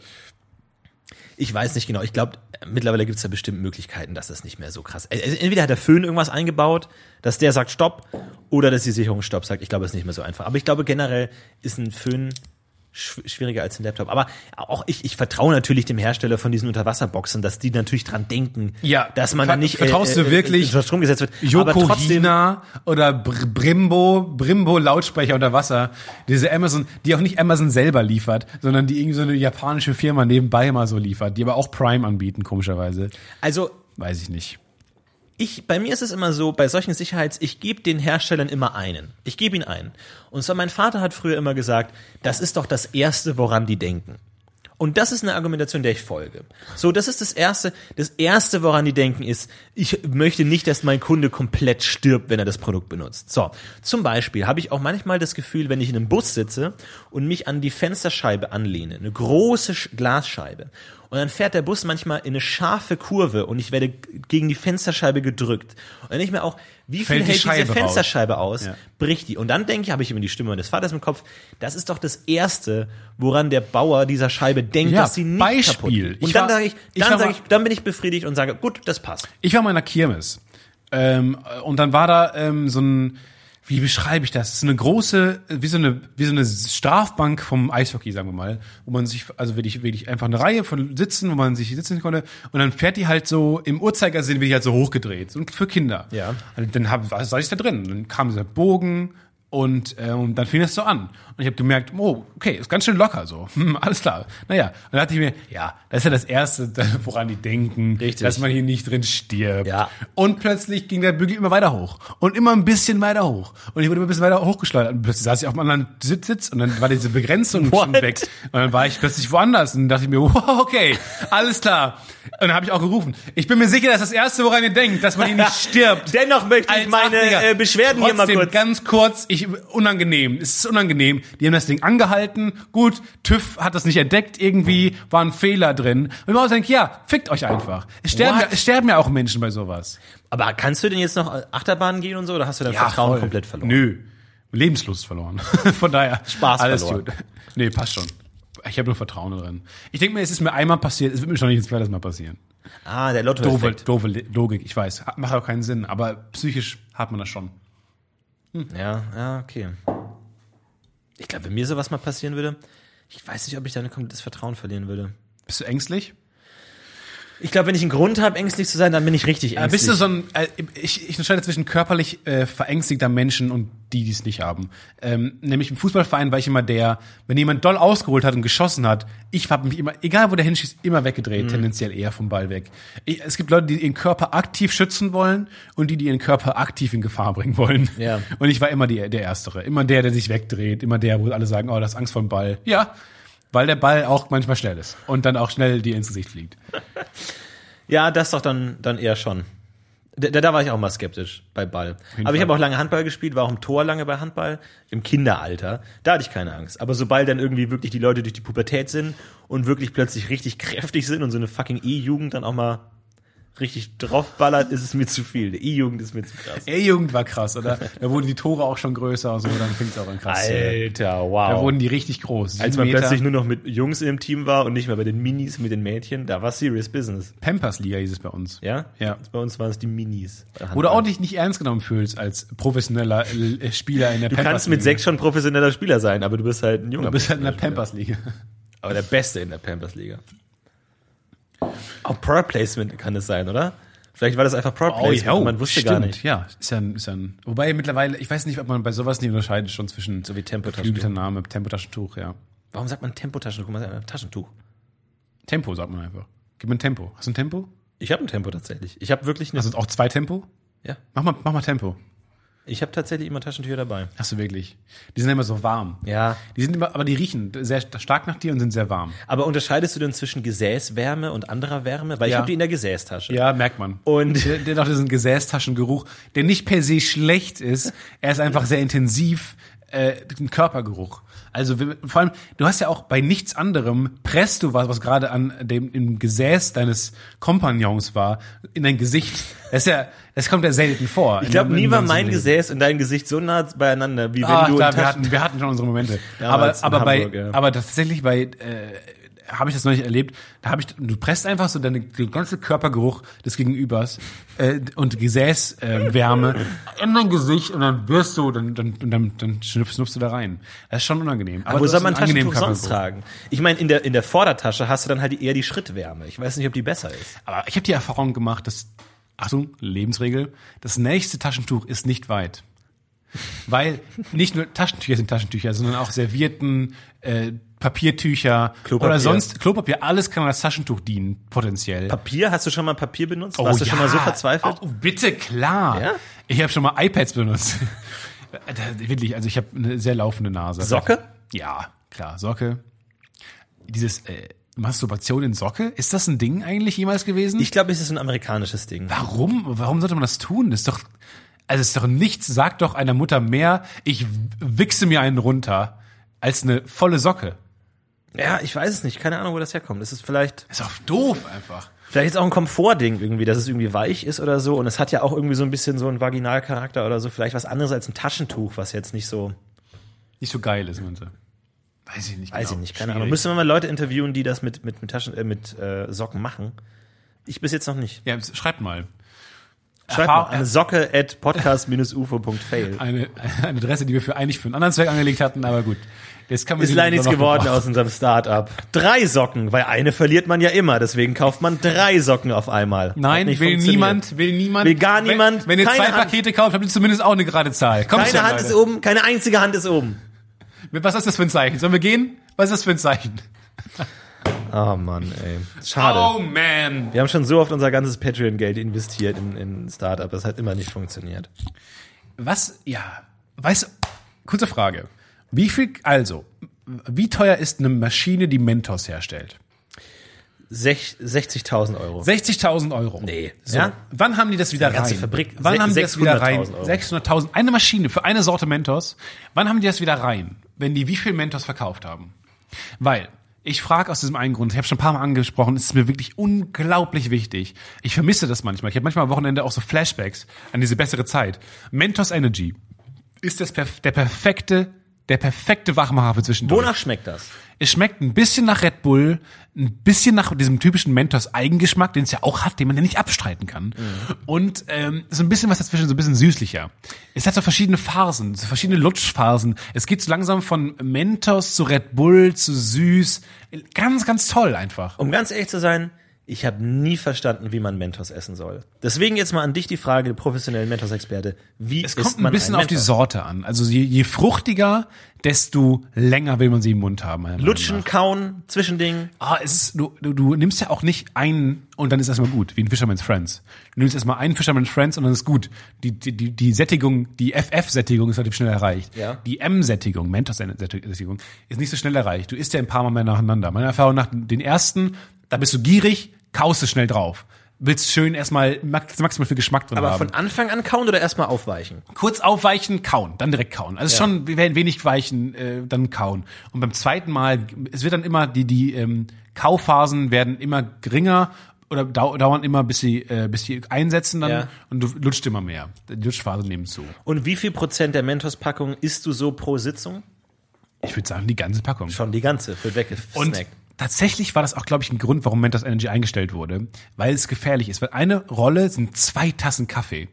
[SPEAKER 3] Ich weiß nicht genau. Ich glaube, mittlerweile gibt es da bestimmt Möglichkeiten, dass das nicht mehr so krass ist. Also entweder hat der Föhn irgendwas eingebaut, dass der sagt Stopp oder dass die Sicherung Stopp sagt. Ich glaube, es ist nicht mehr so einfach. Aber ich glaube, generell ist ein Föhn schw- schwieriger als ein Laptop. Aber auch ich, ich vertraue natürlich dem Hersteller von diesen Unterwasserboxen, dass die natürlich dran denken,
[SPEAKER 1] Ja,
[SPEAKER 3] dass man
[SPEAKER 1] ver-
[SPEAKER 3] da nicht äh,
[SPEAKER 1] vertraust du wirklich
[SPEAKER 3] unter Strom gesetzt wird. aber
[SPEAKER 1] Joko
[SPEAKER 3] trotzdem,
[SPEAKER 1] Hina oder Br Brimbo, Brimbo Lautsprecher unter Wasser. Diese Amazon, die auch nicht Amazon selber liefert, sondern die irgendwie so eine japanische Firma nebenbei mal so liefert, die aber auch Prime anbieten, komischerweise.
[SPEAKER 3] also
[SPEAKER 1] Weiß ich nicht.
[SPEAKER 3] ich, bei mir ist es immer so, bei solchen Sicherheits, ich gebe den Herstellern immer einen. Ich gebe ihn einen. Und zwar mein Vater hat früher immer gesagt, das ist doch das Erste, woran die denken. Und das ist eine Argumentation, der ich folge. So, das ist das Erste. Das Erste, woran die denken, ist, ich möchte nicht, dass mein Kunde komplett stirbt, wenn er das Produkt benutzt. So, zum Beispiel habe ich auch manchmal das Gefühl, wenn ich in einem Bus sitze und mich an die Fensterscheibe anlehne, eine große Sch- Glasscheibe, und dann fährt der Bus manchmal in eine scharfe Kurve und ich werde g- gegen die Fensterscheibe gedrückt. Und dann denke ich mir auch, wie viel
[SPEAKER 1] Fällt die
[SPEAKER 3] hält diese
[SPEAKER 1] Scheibe raus.
[SPEAKER 3] Fensterscheibe aus?
[SPEAKER 1] Ja.
[SPEAKER 3] bricht die. Und dann denke ich, habe ich immer die Stimme meines Vaters im Kopf, das ist doch das Erste, woran der Bauer dieser Scheibe denkt,
[SPEAKER 1] Ja,
[SPEAKER 3] dass sie nicht
[SPEAKER 1] Beispiel.
[SPEAKER 3] kaputt geht. Und
[SPEAKER 1] Ich
[SPEAKER 3] dann
[SPEAKER 1] war-
[SPEAKER 3] sage ich,
[SPEAKER 1] ich
[SPEAKER 3] dann
[SPEAKER 1] war
[SPEAKER 3] sage
[SPEAKER 1] mal-
[SPEAKER 3] ich, dann bin ich befriedigt und sage, gut, das passt.
[SPEAKER 1] Ich war mal in einer Kirmes. Ähm, und dann war da ähm, so ein, wie beschreibe ich das? So eine große, wie so eine, wie so eine Strafbank vom Eishockey, sagen wir mal, wo man sich, also wirklich, wirklich einfach eine Reihe von Sitzen, wo man sich sitzen konnte, und dann fährt die halt so im Uhrzeigersinn wird die halt so hochgedreht. Und für Kinder.
[SPEAKER 3] Ja.
[SPEAKER 1] Und dann hab, was, saß ich da drin. Dann kam dieser Bogen und ähm, dann fing das so an. Und ich habe gemerkt, oh, okay, ist ganz schön locker so. Hm, alles klar. Naja, dann dachte ich mir, ja, das ist ja das Erste, woran die denken,
[SPEAKER 3] Richtig.
[SPEAKER 1] dass man hier nicht drin stirbt.
[SPEAKER 3] Ja.
[SPEAKER 1] Und plötzlich ging der Bügel immer weiter hoch und immer ein bisschen weiter hoch. Und ich wurde immer ein bisschen weiter hochgeschleudert. Und plötzlich saß ich auf einem anderen Sitz Sitz und dann war diese Begrenzung schon
[SPEAKER 3] What?
[SPEAKER 1] weg. Und dann war ich plötzlich woanders und dachte ich mir, wow, okay, alles klar. Und dann habe ich auch gerufen. Ich bin mir sicher, dass das Erste, woran ihr denkt, dass man hier nicht stirbt.
[SPEAKER 3] Dennoch möchte ich
[SPEAKER 1] Als
[SPEAKER 3] meine,
[SPEAKER 1] Achtjähriger.
[SPEAKER 3] äh, Beschwerden hier
[SPEAKER 1] Trotzdem,
[SPEAKER 3] mal kurz-
[SPEAKER 1] ganz kurz, ich, unangenehm, es ist unangenehm. Die haben das Ding angehalten, gut, TÜV hat das nicht entdeckt, irgendwie war ein Fehler drin. Und man denkt, ja, fickt euch einfach. Es sterben,
[SPEAKER 3] What?
[SPEAKER 1] ja, es sterben ja auch Menschen bei sowas.
[SPEAKER 3] Aber kannst du denn jetzt noch Achterbahnen gehen und so oder hast du dein Vertrauen
[SPEAKER 1] voll.
[SPEAKER 3] komplett verloren?
[SPEAKER 1] Nö, Lebenslust verloren. Von daher.
[SPEAKER 3] Spaß
[SPEAKER 1] alles
[SPEAKER 3] verloren.
[SPEAKER 1] Gut. Nee, passt schon. Ich habe nur Vertrauen drin. Ich denke mir, es ist mir einmal passiert, es wird mir schon nicht ein zweites Mal passieren.
[SPEAKER 3] Ah, der Lotto
[SPEAKER 1] Doofe, doofe Logik, ich weiß. Hat- Macht auch keinen Sinn, aber psychisch hat man das schon.
[SPEAKER 3] Ja, ja, okay. Ich glaube, wenn mir sowas mal passieren würde, ich weiß nicht, ob ich dann komplettes Vertrauen verlieren würde.
[SPEAKER 1] Bist du ängstlich?
[SPEAKER 3] Ich glaube, wenn ich einen Grund habe, ängstlich zu sein, dann bin ich richtig
[SPEAKER 1] Äh,
[SPEAKER 3] ängstlich.
[SPEAKER 1] Bist du so ein, äh, ich, ich unterscheide zwischen körperlich äh, verängstigter Menschen und die, die es nicht haben. Ähm, nämlich im Fußballverein war ich immer der, wenn jemand doll ausgeholt hat und geschossen hat, ich habe mich immer, egal wo der hinschießt, immer
[SPEAKER 3] Mhm.
[SPEAKER 1] weggedreht, tendenziell eher vom Ball weg. Ich, es gibt Leute, die ihren Körper aktiv schützen wollen und die, die ihren Körper aktiv in Gefahr bringen wollen.
[SPEAKER 3] Ja.
[SPEAKER 1] Und ich war immer die, der Erstere. Immer der, der sich wegdreht. Immer der, wo alle sagen, oh, das ist Angst vor dem Ball. Ja, weil der Ball auch manchmal schnell ist und dann auch schnell dir ins Gesicht fliegt.
[SPEAKER 3] Ja, das doch dann, dann eher schon. Da, da- da war ich auch mal skeptisch bei Ball. Aber ich
[SPEAKER 1] Fall.
[SPEAKER 3] habe auch lange Handball gespielt, war auch im Tor lange bei Handball, im Kinderalter. Da hatte ich keine Angst. Aber sobald dann irgendwie wirklich die Leute durch die Pubertät sind und wirklich plötzlich richtig kräftig sind und so eine fucking E-Jugend dann auch mal richtig draufballert, ist es mir zu viel. Die E-Jugend ist mir zu krass.
[SPEAKER 1] E-Jugend war krass, oder? Da wurden die Tore auch schon größer und so, dann fing es auch an krass. zu werden.
[SPEAKER 3] Alter, wow.
[SPEAKER 1] Da wurden die richtig groß.
[SPEAKER 3] Als
[SPEAKER 1] Sieben
[SPEAKER 3] man
[SPEAKER 1] Meter.
[SPEAKER 3] plötzlich nur noch mit Jungs im Team war und nicht mehr bei den Minis mit den Mädchen, da war Serious Business.
[SPEAKER 1] Pampers-Liga hieß es bei uns.
[SPEAKER 3] Ja?
[SPEAKER 1] Ja.
[SPEAKER 3] Bei uns waren es die Minis.
[SPEAKER 1] Wo du auch dich nicht ernst genommen fühlst als professioneller äh, Spieler in der
[SPEAKER 3] Du kannst mit sechs schon professioneller Spieler sein, aber du bist halt ein junger.
[SPEAKER 1] Du bist halt in der Pampers-Liga.
[SPEAKER 3] aber der Beste in der Pampers-Liga. Auch Product Placement kann es sein, oder? Vielleicht war das einfach
[SPEAKER 1] Oh,
[SPEAKER 3] Product Placement. und man wusste gar nicht.
[SPEAKER 1] Ja, ist ja, ein, ist ja ein, wobei mittlerweile, ich weiß nicht, ob man bei sowas nicht unterscheidet schon zwischen so
[SPEAKER 3] wie Tempotaschentuch.
[SPEAKER 1] geflügelter Name, Tempotaschentuch, ja.
[SPEAKER 3] Warum sagt man Tempotaschentuch? Man sagt einfach Taschentuch.
[SPEAKER 1] Tempo sagt man einfach. Gib mir ein Tempo. Hast du ein Tempo?
[SPEAKER 3] Ich habe ein Tempo tatsächlich. Ich habe wirklich eine.
[SPEAKER 1] Hast du auch zwei Tempo?
[SPEAKER 3] ja.
[SPEAKER 1] Mach mal, mach mal Tempo.
[SPEAKER 3] Ich habe tatsächlich immer Taschentücher dabei.
[SPEAKER 1] Hast du wirklich? Die sind immer so warm.
[SPEAKER 3] Ja.
[SPEAKER 1] Die sind immer, aber die riechen sehr stark nach dir und sind sehr warm.
[SPEAKER 3] Aber unterscheidest du denn zwischen Gesäßwärme und anderer Wärme? Weil ich
[SPEAKER 1] Ja.
[SPEAKER 3] habe die in der Gesäßtasche.
[SPEAKER 1] Ja, merkt man.
[SPEAKER 3] Und-
[SPEAKER 1] Der- dennoch diesen Gesäßtaschengeruch, der nicht per se schlecht ist, er ist einfach sehr intensiv, äh, ein Körpergeruch. Also wir- vor allem, du hast ja auch bei nichts anderem presst du was, was gerade an dem im Gesäß deines Kompagnons war, in dein Gesicht. Das ist ja, das kommt ja selten vor.
[SPEAKER 3] Ich glaube, nie war mein Gesäß und dein Gesicht so nah beieinander, wie wenn
[SPEAKER 1] Ah,
[SPEAKER 3] du
[SPEAKER 1] klar,
[SPEAKER 3] einen
[SPEAKER 1] wir,
[SPEAKER 3] Taschen
[SPEAKER 1] hatten, wir hatten schon unsere Momente. aber
[SPEAKER 3] Damals in
[SPEAKER 1] aber,
[SPEAKER 3] Hamburg,
[SPEAKER 1] bei,
[SPEAKER 3] ja.
[SPEAKER 1] aber tatsächlich bei äh, habe ich das noch nicht erlebt. Da habe ich du presst einfach so deinen den ganzen Körpergeruch des Gegenübers äh, und Gesäßwärme äh, Wärme in dein Gesicht und dann wirst du dann dann und dann, dann schnupfst, schnupfst du da rein. Das ist schon unangenehm.
[SPEAKER 3] Aber wo
[SPEAKER 1] das
[SPEAKER 3] soll
[SPEAKER 1] ist
[SPEAKER 3] man
[SPEAKER 1] ein angenehmer
[SPEAKER 3] Taschentuch sonst
[SPEAKER 1] Körpergeruch.
[SPEAKER 3] tragen? Ich meine, in der, in der Vordertasche hast du dann halt eher die Schrittwärme. Ich weiß nicht, ob die besser ist.
[SPEAKER 1] Aber ich habe die Erfahrung gemacht, dass Achtung Lebensregel: Das nächste Taschentuch ist nicht weit. Weil nicht nur Taschentücher sind Taschentücher, sondern auch Servietten, äh, Papiertücher
[SPEAKER 3] Klopapier.
[SPEAKER 1] oder sonst Klopapier. Alles kann als Taschentuch dienen, potenziell.
[SPEAKER 3] Papier, hast du schon mal Papier benutzt? Warst du schon mal so verzweifelt?
[SPEAKER 1] Oh, bitte, klar.
[SPEAKER 3] Ja?
[SPEAKER 1] Ich habe schon mal iPads benutzt. Da- Wirklich, also ich habe eine sehr laufende Nase.
[SPEAKER 3] Socke?
[SPEAKER 1] Ja, klar, Socke. Dieses äh, Masturbation in Socke, ist das ein Ding eigentlich jemals gewesen?
[SPEAKER 3] Ich glaube, es ist ein amerikanisches Ding.
[SPEAKER 1] Warum? Warum sollte man das tun? Das ist doch, also es ist doch nichts, sagt doch einer Mutter mehr, ich wichse mir einen runter, als eine volle Socke.
[SPEAKER 3] Ja, ich weiß es nicht. Keine Ahnung, wo das herkommt. Es ist vielleicht,
[SPEAKER 1] Ist doch doof einfach.
[SPEAKER 3] vielleicht ist es auch ein Komfortding irgendwie, dass es irgendwie weich ist oder so. Und es hat ja auch irgendwie so ein bisschen so einen Vaginalcharakter oder so. Vielleicht was anderes als ein Taschentuch, was jetzt nicht so,
[SPEAKER 1] Nicht so geil ist, meinte. Weiß ich nicht.
[SPEAKER 3] weiß
[SPEAKER 1] genau.
[SPEAKER 3] ich nicht, keine
[SPEAKER 1] Schwierig.
[SPEAKER 3] Ahnung. Müsste man mal Leute interviewen, die das mit, mit, mit Taschen, äh, mit, äh, Socken machen. Ich bis jetzt noch nicht.
[SPEAKER 1] Ja, schreibt mal.
[SPEAKER 3] Schreibt
[SPEAKER 1] Erfahr-
[SPEAKER 3] mal an socke at podcast-ufo.fail.
[SPEAKER 1] Eine, eine Adresse, die wir für eigentlich für einen anderen Zweck angelegt hatten, aber gut. Das kann man
[SPEAKER 3] Ist
[SPEAKER 1] sich
[SPEAKER 3] leider nichts
[SPEAKER 1] noch
[SPEAKER 3] geworden
[SPEAKER 1] gebrauchen.
[SPEAKER 3] aus unserem Start-up. Drei Socken, weil eine verliert man ja immer. Deswegen kauft man drei Socken auf einmal. Hat
[SPEAKER 1] Nein,
[SPEAKER 3] nicht
[SPEAKER 1] will
[SPEAKER 3] funktioniert.
[SPEAKER 1] niemand, will niemand.
[SPEAKER 3] Will gar
[SPEAKER 1] Wenn-
[SPEAKER 3] niemand,
[SPEAKER 1] Wenn ihr
[SPEAKER 3] keine
[SPEAKER 1] zwei
[SPEAKER 3] Hand.
[SPEAKER 1] Pakete kauft, habt ihr zumindest auch eine gerade Zahl. Kommt
[SPEAKER 3] Keine Hand ist oben, keine einzige Hand ist oben.
[SPEAKER 1] Was ist das für ein Zeichen? Sollen wir gehen? Was ist das für ein Zeichen?
[SPEAKER 3] Oh Mann, ey. Schade.
[SPEAKER 1] Oh man.
[SPEAKER 3] Wir haben schon so oft unser ganzes Patreon-Geld investiert in, in Startup. Das hat immer nicht funktioniert.
[SPEAKER 1] Was, ja, weißt kurze Frage. Wie viel, also, wie teuer ist eine Maschine, die Mentos herstellt?
[SPEAKER 3] Sech- 60.000 Euro.
[SPEAKER 1] 60.000 Euro.
[SPEAKER 3] Nee.
[SPEAKER 1] So.
[SPEAKER 3] Ja?
[SPEAKER 1] Wann haben die das wieder
[SPEAKER 3] ganze
[SPEAKER 1] rein?
[SPEAKER 3] Fabrik.
[SPEAKER 1] Wann
[SPEAKER 3] Se-
[SPEAKER 1] haben die das wieder rein?
[SPEAKER 3] 600.000 Euro.
[SPEAKER 1] 600.000. Eine Maschine für eine Sorte Mentos. Wann haben die das wieder rein? Wenn die wie viel Mentos verkauft haben? Weil ich frage aus diesem einen Grund, ich habe schon ein paar Mal angesprochen, es ist mir wirklich unglaublich wichtig. Ich vermisse das manchmal. Ich habe manchmal am Wochenende auch so Flashbacks an diese bessere Zeit. Mentos Energy ist das perf der perfekte, der perfekte Wachmacher für zwischendurch.
[SPEAKER 3] Wonach schmeckt das?
[SPEAKER 1] Es schmeckt ein bisschen nach Red Bull, ein bisschen nach diesem typischen Mentos-Eigengeschmack, den es ja auch hat, den man ja nicht abstreiten kann. Und ähm, so ein bisschen was dazwischen, so ein bisschen süßlicher. Es hat so verschiedene Phasen, so verschiedene Lutschphasen. Es geht so langsam von Mentos zu Red Bull zu süß. Ganz, ganz toll einfach.
[SPEAKER 3] Um ganz ehrlich zu sein, ich habe nie verstanden, wie man Mentos essen soll. Deswegen jetzt mal an dich die Frage, du professionellen Mentos-Experte. Wie
[SPEAKER 1] Es
[SPEAKER 3] isst
[SPEAKER 1] kommt ein
[SPEAKER 3] man
[SPEAKER 1] bisschen
[SPEAKER 3] einen
[SPEAKER 1] auf die
[SPEAKER 3] Mentos?
[SPEAKER 1] Sorte an. Also je, je fruchtiger, desto länger will man sie im Mund haben. meiner Meinung
[SPEAKER 3] Lutschen, kauen, Zwischending.
[SPEAKER 1] Ah, es ist, du, du, du nimmst ja auch nicht einen und dann ist erstmal gut, wie in Fisherman's Friends. Du nimmst erstmal einen Fisherman's Friends und dann ist gut. Die, die, die, die Sättigung, die FF-Sättigung ist relativ schnell erreicht.
[SPEAKER 3] Ja.
[SPEAKER 1] Die M-Sättigung, Mentos-Sättigung, ist nicht so schnell erreicht. Du isst ja ein paar Mal mehr nacheinander. Meiner Erfahrung nach, den ersten, da bist du gierig, kaust du schnell drauf. Willst schön erstmal max- maximal viel Geschmack drin
[SPEAKER 3] Aber
[SPEAKER 1] haben.
[SPEAKER 3] von Anfang an kauen oder erstmal aufweichen?
[SPEAKER 1] Kurz aufweichen, kauen, dann direkt kauen. Also schon wir werden wenig weichen, äh, dann kauen. Und beim zweiten Mal, es wird dann immer, die, die ähm, Kauphasen werden immer geringer oder dau dauern immer, bis sie, äh, bis die einsetzen dann
[SPEAKER 3] Ja.
[SPEAKER 1] und du lutscht immer mehr. Die Lutschphase nimmt zu.
[SPEAKER 3] Und wie viel Prozent der Mentos-Packung isst du so pro Sitzung?
[SPEAKER 1] Ich würde sagen, die ganze Packung.
[SPEAKER 3] Schon die ganze, wird
[SPEAKER 1] Und
[SPEAKER 3] weggesnackt.
[SPEAKER 1] tatsächlich war das auch, glaube ich, ein Grund, warum Mentos Energy eingestellt wurde, weil es gefährlich ist. Weil eine Rolle sind zwei Tassen Kaffee.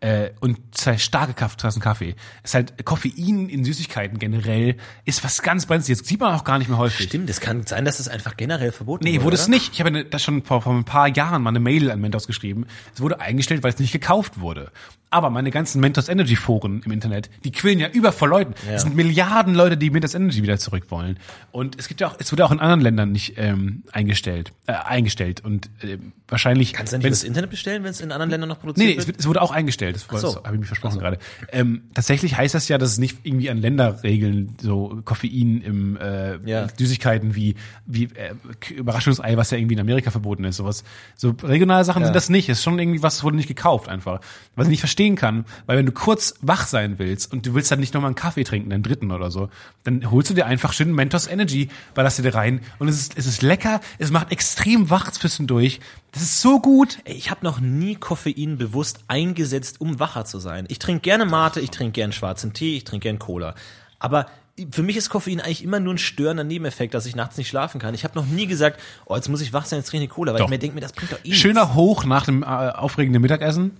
[SPEAKER 1] Äh, und zwei starke Kaff- Tassen Kaffee. Es ist halt Koffein in Süßigkeiten generell ist was ganz brenzliges. Jetzt sieht man auch gar nicht mehr häufig.
[SPEAKER 3] Stimmt, es kann sein, dass es einfach generell verboten
[SPEAKER 1] Nee,
[SPEAKER 3] wurde.
[SPEAKER 1] wurde
[SPEAKER 3] oder?
[SPEAKER 1] es nicht. Ich habe eine- das schon vor, vor ein paar Jahren mal eine Mail an Mentos geschrieben. Es wurde eingestellt, weil es nicht gekauft wurde. Aber meine ganzen Mentos Energy Foren im Internet, die quillen ja über vor Leuten. Es sind Milliarden Leute, die Mentos Energy wieder zurück wollen. Und es gibt ja auch, es wurde auch in anderen Ländern nicht ähm, eingestellt, äh, eingestellt und äh, wahrscheinlich.
[SPEAKER 3] Kannst du nicht
[SPEAKER 1] wenn's-
[SPEAKER 3] übers Internet bestellen, wenn es in anderen Ländern noch produziert
[SPEAKER 1] Nee, nee, es,
[SPEAKER 3] wird?
[SPEAKER 1] wird- es wurde auch eingestellt. Das,
[SPEAKER 3] so.
[SPEAKER 1] das habe ich mich versprochen gerade. Ähm, tatsächlich heißt das ja, dass es nicht irgendwie an Länderregeln so Koffein im äh,
[SPEAKER 3] Ja.
[SPEAKER 1] Süßigkeiten wie wie äh, K- Überraschungsei, was ja irgendwie in Amerika verboten ist, sowas. So regionale Sachen sind das nicht. Es ist schon irgendwie was, es wurde nicht gekauft einfach. Was ich nicht verstehen kann, weil wenn du kurz wach sein willst und du willst dann nicht nochmal einen Kaffee trinken, einen dritten oder so, dann holst du dir einfach schön Mentos Energy, ballerst dir da rein und es ist es ist lecker, es macht extrem wach zwischendurch. Das ist so gut.
[SPEAKER 3] Ey, Ich habe noch nie Koffein bewusst eingesetzt, um wacher zu sein. Ich trinke gerne Mate, ich trinke gern schwarzen Tee, ich trinke gern Cola. Aber für mich ist Koffein eigentlich immer nur ein störender Nebeneffekt, dass ich nachts nicht schlafen kann. Ich habe noch nie gesagt, oh, jetzt muss ich wach sein, jetzt trinke ich Cola, weil
[SPEAKER 1] Doch.
[SPEAKER 3] ich mir denke, mir das bringt doch eh nichts.
[SPEAKER 1] schöner Hoch nach dem äh, aufregenden Mittagessen,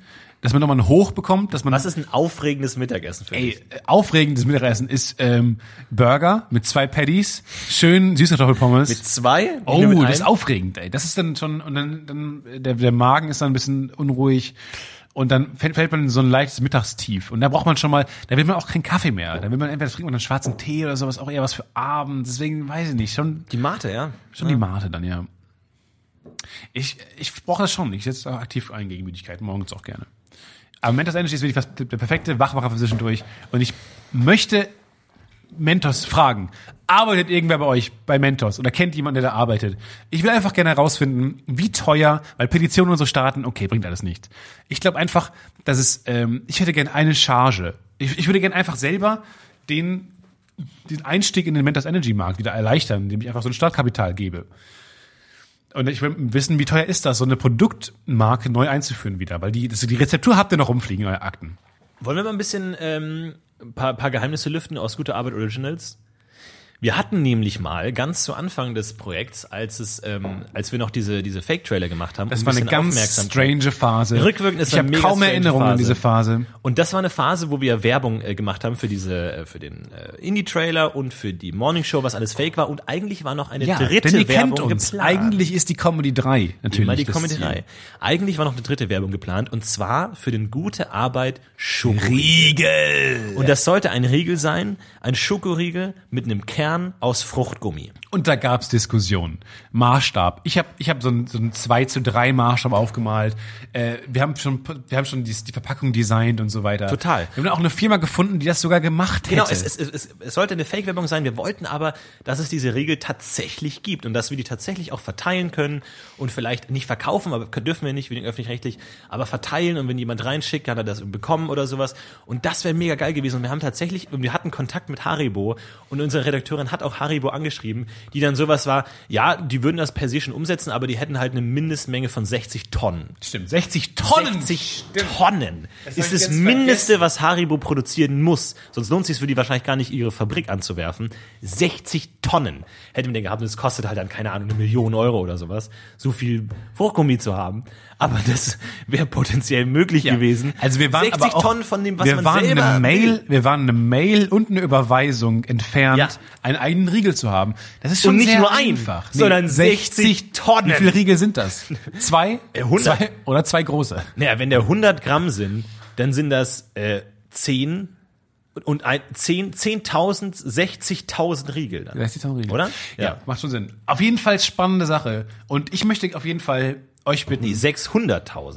[SPEAKER 1] dass man nochmal einen Hoch bekommt, dass man
[SPEAKER 3] Was ist ein aufregendes Mittagessen für
[SPEAKER 1] ey,
[SPEAKER 3] dich?
[SPEAKER 1] äh, aufregendes Mittagessen ist ähm, Burger mit zwei Patties, schön Süßkartoffelpommes.
[SPEAKER 3] Mit zwei?
[SPEAKER 1] Oh,
[SPEAKER 3] Nicht nur mit
[SPEAKER 1] das ist
[SPEAKER 3] einem?
[SPEAKER 1] aufregend, ey. Das ist dann schon, und dann, dann äh, der, der Magen ist dann ein bisschen unruhig. Und dann fällt, fällt man in so ein leichtes Mittagstief. Und da braucht man schon mal, da will man auch keinen Kaffee mehr. Da will man entweder trinkt man einen schwarzen Tee oder sowas, auch eher was für abends. Deswegen weiß ich nicht, schon
[SPEAKER 3] Die Mate, ja.
[SPEAKER 1] Schon die Mate dann, ja. Ich, ich brauche das schon. Ich setze da aktiv ein gegen Müdigkeit, morgens auch gerne. Aber Mentos Energy ist wirklich was, der perfekte Wachmacher für zwischendurch. Und ich möchte Mentos fragen. Arbeitet irgendwer bei euch bei Mentos oder kennt jemand, der da arbeitet? Ich will einfach gerne herausfinden, wie teuer, weil Petitionen und so starten, okay, bringt alles nichts. Ich glaube einfach, dass es, ähm, ich hätte gerne eine Charge. Ich, ich würde gerne einfach selber den den Einstieg in den Mentos Energy Markt wieder erleichtern, indem ich einfach so ein Startkapital gebe. Und ich will wissen, wie teuer ist das, so eine Produktmarke neu einzuführen wieder, weil die, das, die Rezeptur habt ihr noch rumfliegen, eure Akten.
[SPEAKER 3] Wollen wir mal ein bisschen ähm, ein paar, paar Geheimnisse lüften aus Gute Arbeit Originals? Wir hatten nämlich mal ganz zu Anfang des Projekts, als es, ähm, als wir noch diese, diese Fake-Trailer gemacht haben,
[SPEAKER 1] Das
[SPEAKER 3] um
[SPEAKER 1] war eine
[SPEAKER 3] bisschen
[SPEAKER 1] ganz
[SPEAKER 3] Aufmerksamkeit-
[SPEAKER 1] strange Phase.
[SPEAKER 3] Rückwirkend ist
[SPEAKER 1] ich
[SPEAKER 3] eine
[SPEAKER 1] habe
[SPEAKER 3] mega
[SPEAKER 1] kaum
[SPEAKER 3] strange
[SPEAKER 1] Erinnerungen an
[SPEAKER 3] Phase.
[SPEAKER 1] diese Phase.
[SPEAKER 3] Und das war eine Phase, wo wir Werbung äh, gemacht haben für diese, äh, für den äh, Indie-Trailer und für die Morning Show, was alles Fake war. Und eigentlich war noch eine dritte
[SPEAKER 1] denn ihr
[SPEAKER 3] Werbung
[SPEAKER 1] kennt uns.
[SPEAKER 3] geplant.
[SPEAKER 1] Eigentlich ist die Comedy 3 natürlich.
[SPEAKER 3] Immer die
[SPEAKER 1] das
[SPEAKER 3] Comedy 3. Eigentlich war noch eine dritte Werbung geplant und zwar für den gute Arbeit Schokoriegel.
[SPEAKER 1] Riegel.
[SPEAKER 3] Und das sollte ein Riegel sein, ein Schokoriegel mit einem Kern aus Fruchtgummi.
[SPEAKER 1] Und da gab's Diskussionen. Maßstab. Ich habe ich hab so einen so einen 2 zu 3 Maßstab aufgemalt. Äh, wir haben schon, wir haben schon die, die Verpackung designt und so weiter.
[SPEAKER 3] Total.
[SPEAKER 1] Wir haben auch eine Firma gefunden, die das sogar gemacht hätte.
[SPEAKER 3] Genau, es, es, es, es sollte eine Fake-Werbung sein. Wir wollten aber, dass es diese Riegel tatsächlich gibt und dass wir die tatsächlich auch verteilen können und vielleicht nicht verkaufen, aber dürfen wir nicht, wegen öffentlich-rechtlich, aber verteilen und wenn jemand reinschickt, kann er das bekommen oder sowas. Und das wäre mega geil gewesen. Und wir haben tatsächlich, und wir hatten Kontakt mit Haribo und unsere Redakteurin hat auch Haribo angeschrieben, die dann sowas war, ja, die würden das per se schon umsetzen, aber die hätten halt eine Mindestmenge von 60 Tonnen.
[SPEAKER 1] Stimmt, 60 Tonnen.
[SPEAKER 3] 60 Tonnen
[SPEAKER 1] hab
[SPEAKER 3] ist
[SPEAKER 1] ich
[SPEAKER 3] das
[SPEAKER 1] ganz
[SPEAKER 3] Mindeste, was Haribo produzieren muss. Sonst lohnt es sich für die wahrscheinlich gar nicht, ihre Fabrik anzuwerfen. 60 Tonnen hätte man denn gehabt. Und es kostet halt dann, keine Ahnung, eine Million Euro oder sowas, so viel Fruchtgummi zu haben. Aber das wäre potenziell möglich gewesen.
[SPEAKER 1] Also wir waren
[SPEAKER 3] 60
[SPEAKER 1] aber auch,
[SPEAKER 3] Tonnen von dem, was
[SPEAKER 1] wir
[SPEAKER 3] man
[SPEAKER 1] waren
[SPEAKER 3] selber
[SPEAKER 1] eine Mail,
[SPEAKER 3] will.
[SPEAKER 1] wir waren eine Mail und eine Überweisung entfernt,
[SPEAKER 3] Ja.
[SPEAKER 1] einen eigenen Riegel zu haben. Das ist schon
[SPEAKER 3] Und nicht
[SPEAKER 1] sehr
[SPEAKER 3] nur ein,
[SPEAKER 1] einfach,
[SPEAKER 3] sondern 60 Tonnen.
[SPEAKER 1] Wie viele Riegel sind das? Zwei,
[SPEAKER 3] Äh, 100.
[SPEAKER 1] zwei oder zwei große?
[SPEAKER 3] Naja, wenn der 100 Gramm sind, dann sind das äh, 10 und ein- 10 10.000, 60.000 Riegel dann.
[SPEAKER 1] 60 Tonnen Riegel.
[SPEAKER 3] Oder?
[SPEAKER 1] Ja. macht schon Sinn. Auf jeden Fall spannende Sache. Und ich möchte auf jeden Fall euch bitten,
[SPEAKER 3] Nee, 600.000.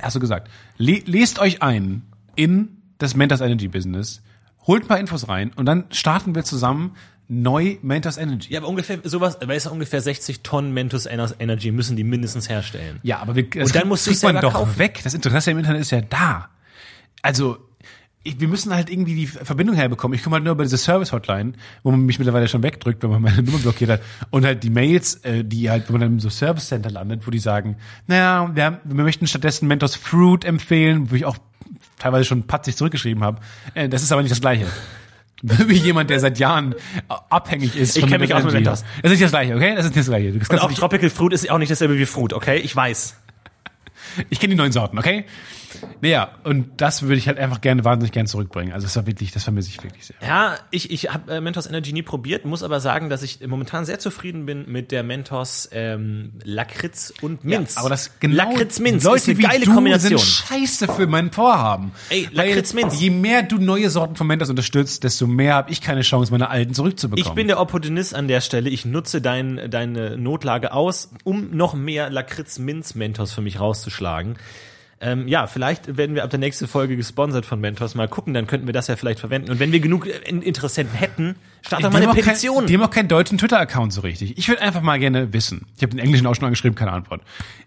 [SPEAKER 1] hast du gesagt, le lest euch ein in das Mentos Energy Business, holt ein paar Infos rein und dann starten wir zusammen neu Mentos Energy.
[SPEAKER 3] Ja, aber ungefähr sowas, weil es ja ungefähr 60 Tonnen Mentos Ener- Energy müssen die mindestens herstellen.
[SPEAKER 1] Ja, aber wir, das
[SPEAKER 3] Und dann musst du
[SPEAKER 1] kriegt
[SPEAKER 3] es
[SPEAKER 1] man
[SPEAKER 3] selber
[SPEAKER 1] doch
[SPEAKER 3] kaufen.
[SPEAKER 1] weg. Das Interesse im Internet ist ja da. Also ich, wir müssen halt irgendwie die Verbindung herbekommen. Ich komme halt nur über diese Service-Hotline, wo man mich mittlerweile schon wegdrückt, wenn man meine Nummer blockiert hat. Und halt die Mails, äh, die halt, wenn man dann im so Service-Center landet, wo die sagen, naja, wir, haben, wir möchten stattdessen Mentos Fruit empfehlen, wo ich auch teilweise schon patzig zurückgeschrieben habe. Äh, das ist aber nicht das Gleiche. Wie jemand, der seit Jahren abhängig ist.
[SPEAKER 3] Ich
[SPEAKER 1] von
[SPEAKER 3] kenn mich aus mit
[SPEAKER 1] Energy.
[SPEAKER 3] Mentos.
[SPEAKER 1] Das ist nicht das Gleiche, okay? Das ist nicht das Gleiche. Das
[SPEAKER 3] Und
[SPEAKER 1] kannst du
[SPEAKER 3] auch Tropical Fruit ist auch nicht dasselbe wie Fruit, okay? Ich weiß.
[SPEAKER 1] Ich kenne die neuen Sorten, okay? Naja, und das würde ich halt einfach gerne, wahnsinnig gerne zurückbringen. Also das war wirklich, das vermisse ich wirklich sehr.
[SPEAKER 3] Ja, ich, ich habe äh, Mentos Energy nie probiert, muss aber sagen, dass ich momentan sehr zufrieden bin mit der Mentos ähm, Lakritz und Minz.
[SPEAKER 1] aber das genau
[SPEAKER 3] Lakritz-Minz ist
[SPEAKER 1] Leute
[SPEAKER 3] eine
[SPEAKER 1] wie
[SPEAKER 3] geile
[SPEAKER 1] du
[SPEAKER 3] Kombination.
[SPEAKER 1] sind scheiße für mein Vorhaben.
[SPEAKER 3] Ey,
[SPEAKER 1] Weil
[SPEAKER 3] Lakritz-Minz.
[SPEAKER 1] Je mehr du neue Sorten von Mentos unterstützt, desto mehr habe ich keine Chance, meine alten zurückzubekommen.
[SPEAKER 3] Ich bin der Opportunist an der Stelle. Ich nutze dein, deine Notlage aus, um noch mehr Lakritz-Minz-Mentos für mich rauszuschlagen. Ähm, ja, vielleicht werden wir ab der nächsten Folge gesponsert von Mentos. Mal gucken, dann könnten wir das ja vielleicht verwenden. Und wenn wir genug äh, Interessenten hätten, starte doch mal
[SPEAKER 1] Die
[SPEAKER 3] eine
[SPEAKER 1] haben auch kein-
[SPEAKER 3] Petition.
[SPEAKER 1] Die haben auch keinen deutschen Twitter-Account so richtig. Ich würde einfach mal gerne wissen. Ich habe den englischen auch schon angeschrieben, keine Antwort.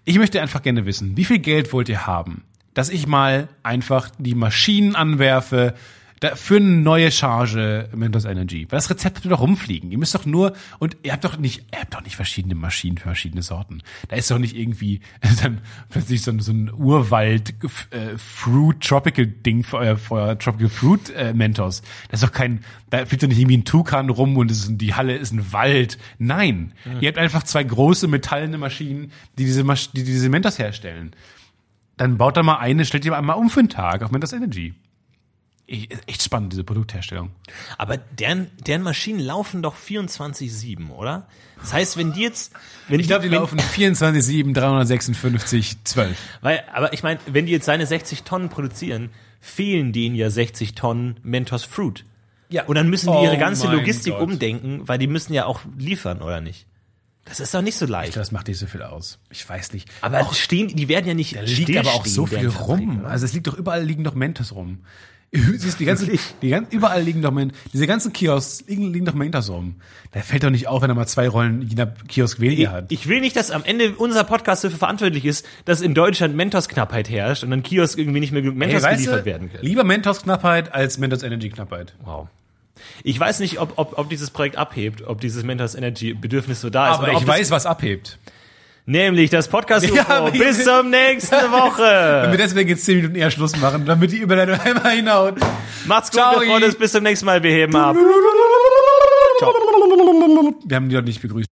[SPEAKER 1] Ich möchte einfach gerne wissen, wie viel Geld wollt ihr haben, dass ich mal einfach die Maschinen anwerfe da, für eine neue Charge Mentos Energy. Weil das Rezept wird doch rumfliegen. Ihr müsst doch nur und ihr habt doch nicht, ihr habt doch nicht verschiedene Maschinen für verschiedene Sorten. Da ist doch nicht irgendwie dann plötzlich so, ein- so ein Urwald äh, Fruit Tropical Ding für euer, für euer Tropical Fruit äh, Mentos. Da ist doch kein, da fliegt doch nicht irgendwie ein Tukan rum und es ist, die Halle ist ein Wald. Nein, ihr habt einfach zwei große metallene Maschinen, die diese Masch die diese Mentos herstellen. Dann baut da mal eine, stellt die mal einmal um für einen Tag auf Mentos Energy. Ich, ist echt spannend diese Produktherstellung.
[SPEAKER 3] Aber deren, deren Maschinen laufen doch 24-7, oder? Das heißt, wenn die jetzt, wenn
[SPEAKER 1] Ich glaube, die
[SPEAKER 3] wenn,
[SPEAKER 1] laufen 24, 7, 356, 12.
[SPEAKER 3] Weil, aber ich meine, wenn die jetzt seine 60 Tonnen produzieren, fehlen denen ja 60 Tonnen Mentos Fruit.
[SPEAKER 1] Ja.
[SPEAKER 3] Und dann müssen die
[SPEAKER 1] Oh
[SPEAKER 3] ihre ganze
[SPEAKER 1] mein
[SPEAKER 3] Logistik um,
[SPEAKER 1] Gott.
[SPEAKER 3] umdenken, weil die müssen ja auch liefern, oder nicht? Das ist doch nicht so leicht.
[SPEAKER 1] Das macht nicht so viel aus. Ich weiß nicht.
[SPEAKER 3] aber stehen, die werden ja nicht
[SPEAKER 1] liegt aber auch
[SPEAKER 3] stillstehen,
[SPEAKER 1] so viel
[SPEAKER 3] deren Fabrik,
[SPEAKER 1] rum.
[SPEAKER 3] oder?
[SPEAKER 1] Also es liegt doch überall liegen doch Mentos rum. Siehst, die ganzen, die ganzen, überall liegen doch Mentos. Diese ganzen Kiosks liegen, liegen doch Mentos rum. Da fällt doch nicht auf, wenn er mal zwei Rollen je nach Kiosk weniger hat.
[SPEAKER 3] Ich will nicht, dass am Ende unser Podcast dafür verantwortlich ist, dass in Deutschland Mentos-Knappheit herrscht und dann Kiosk irgendwie nicht mehr genug Mentos
[SPEAKER 1] weißt
[SPEAKER 3] geliefert
[SPEAKER 1] du,
[SPEAKER 3] werden können.
[SPEAKER 1] Lieber Mentos-Knappheit als Mentos-Energy-Knappheit.
[SPEAKER 3] Wow. Ich weiß nicht, ob, ob, ob dieses Projekt abhebt, ob dieses Mentos Energy Bedürfnis so da ist.
[SPEAKER 1] Aber
[SPEAKER 3] oder ob
[SPEAKER 1] Also, ich
[SPEAKER 3] das-
[SPEAKER 1] weiß, was abhebt.
[SPEAKER 3] Nämlich das Podcast UFO.
[SPEAKER 1] Ja, wir-
[SPEAKER 3] Bis zur nächsten
[SPEAKER 1] Wenn
[SPEAKER 3] Woche.
[SPEAKER 1] wir deswegen jetzt 10 Minuten eher Schluss machen, damit die Überleitung einmal hinhaut.
[SPEAKER 3] Macht's gut,
[SPEAKER 1] Ciao.
[SPEAKER 3] wir freuen uns. Bis zum nächsten Mal. Wir heben ab.
[SPEAKER 1] Wir haben die noch nicht begrüßt.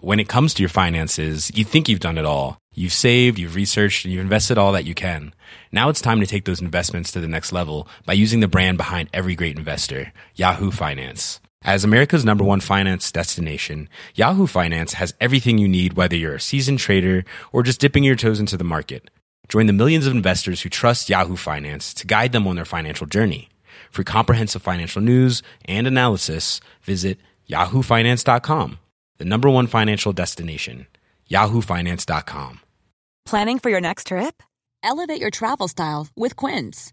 [SPEAKER 4] when it comes to your finances, you think you've done it all. You've saved, you've researched, and you've invested all that you can. Now it's time to take those investments to the next level by using the brand behind every great investor, Yahoo Finance. As America's number one finance destination, Yahoo Finance has everything you need, whether you're a seasoned trader or just dipping your toes into the market. Join the millions of investors who trust Yahoo Finance to guide them on their financial journey. For comprehensive financial news and analysis, visit yahoofinance.com, the number one financial destination, yahoofinance.com.
[SPEAKER 5] Planning for your next trip? Elevate your travel style with Quince.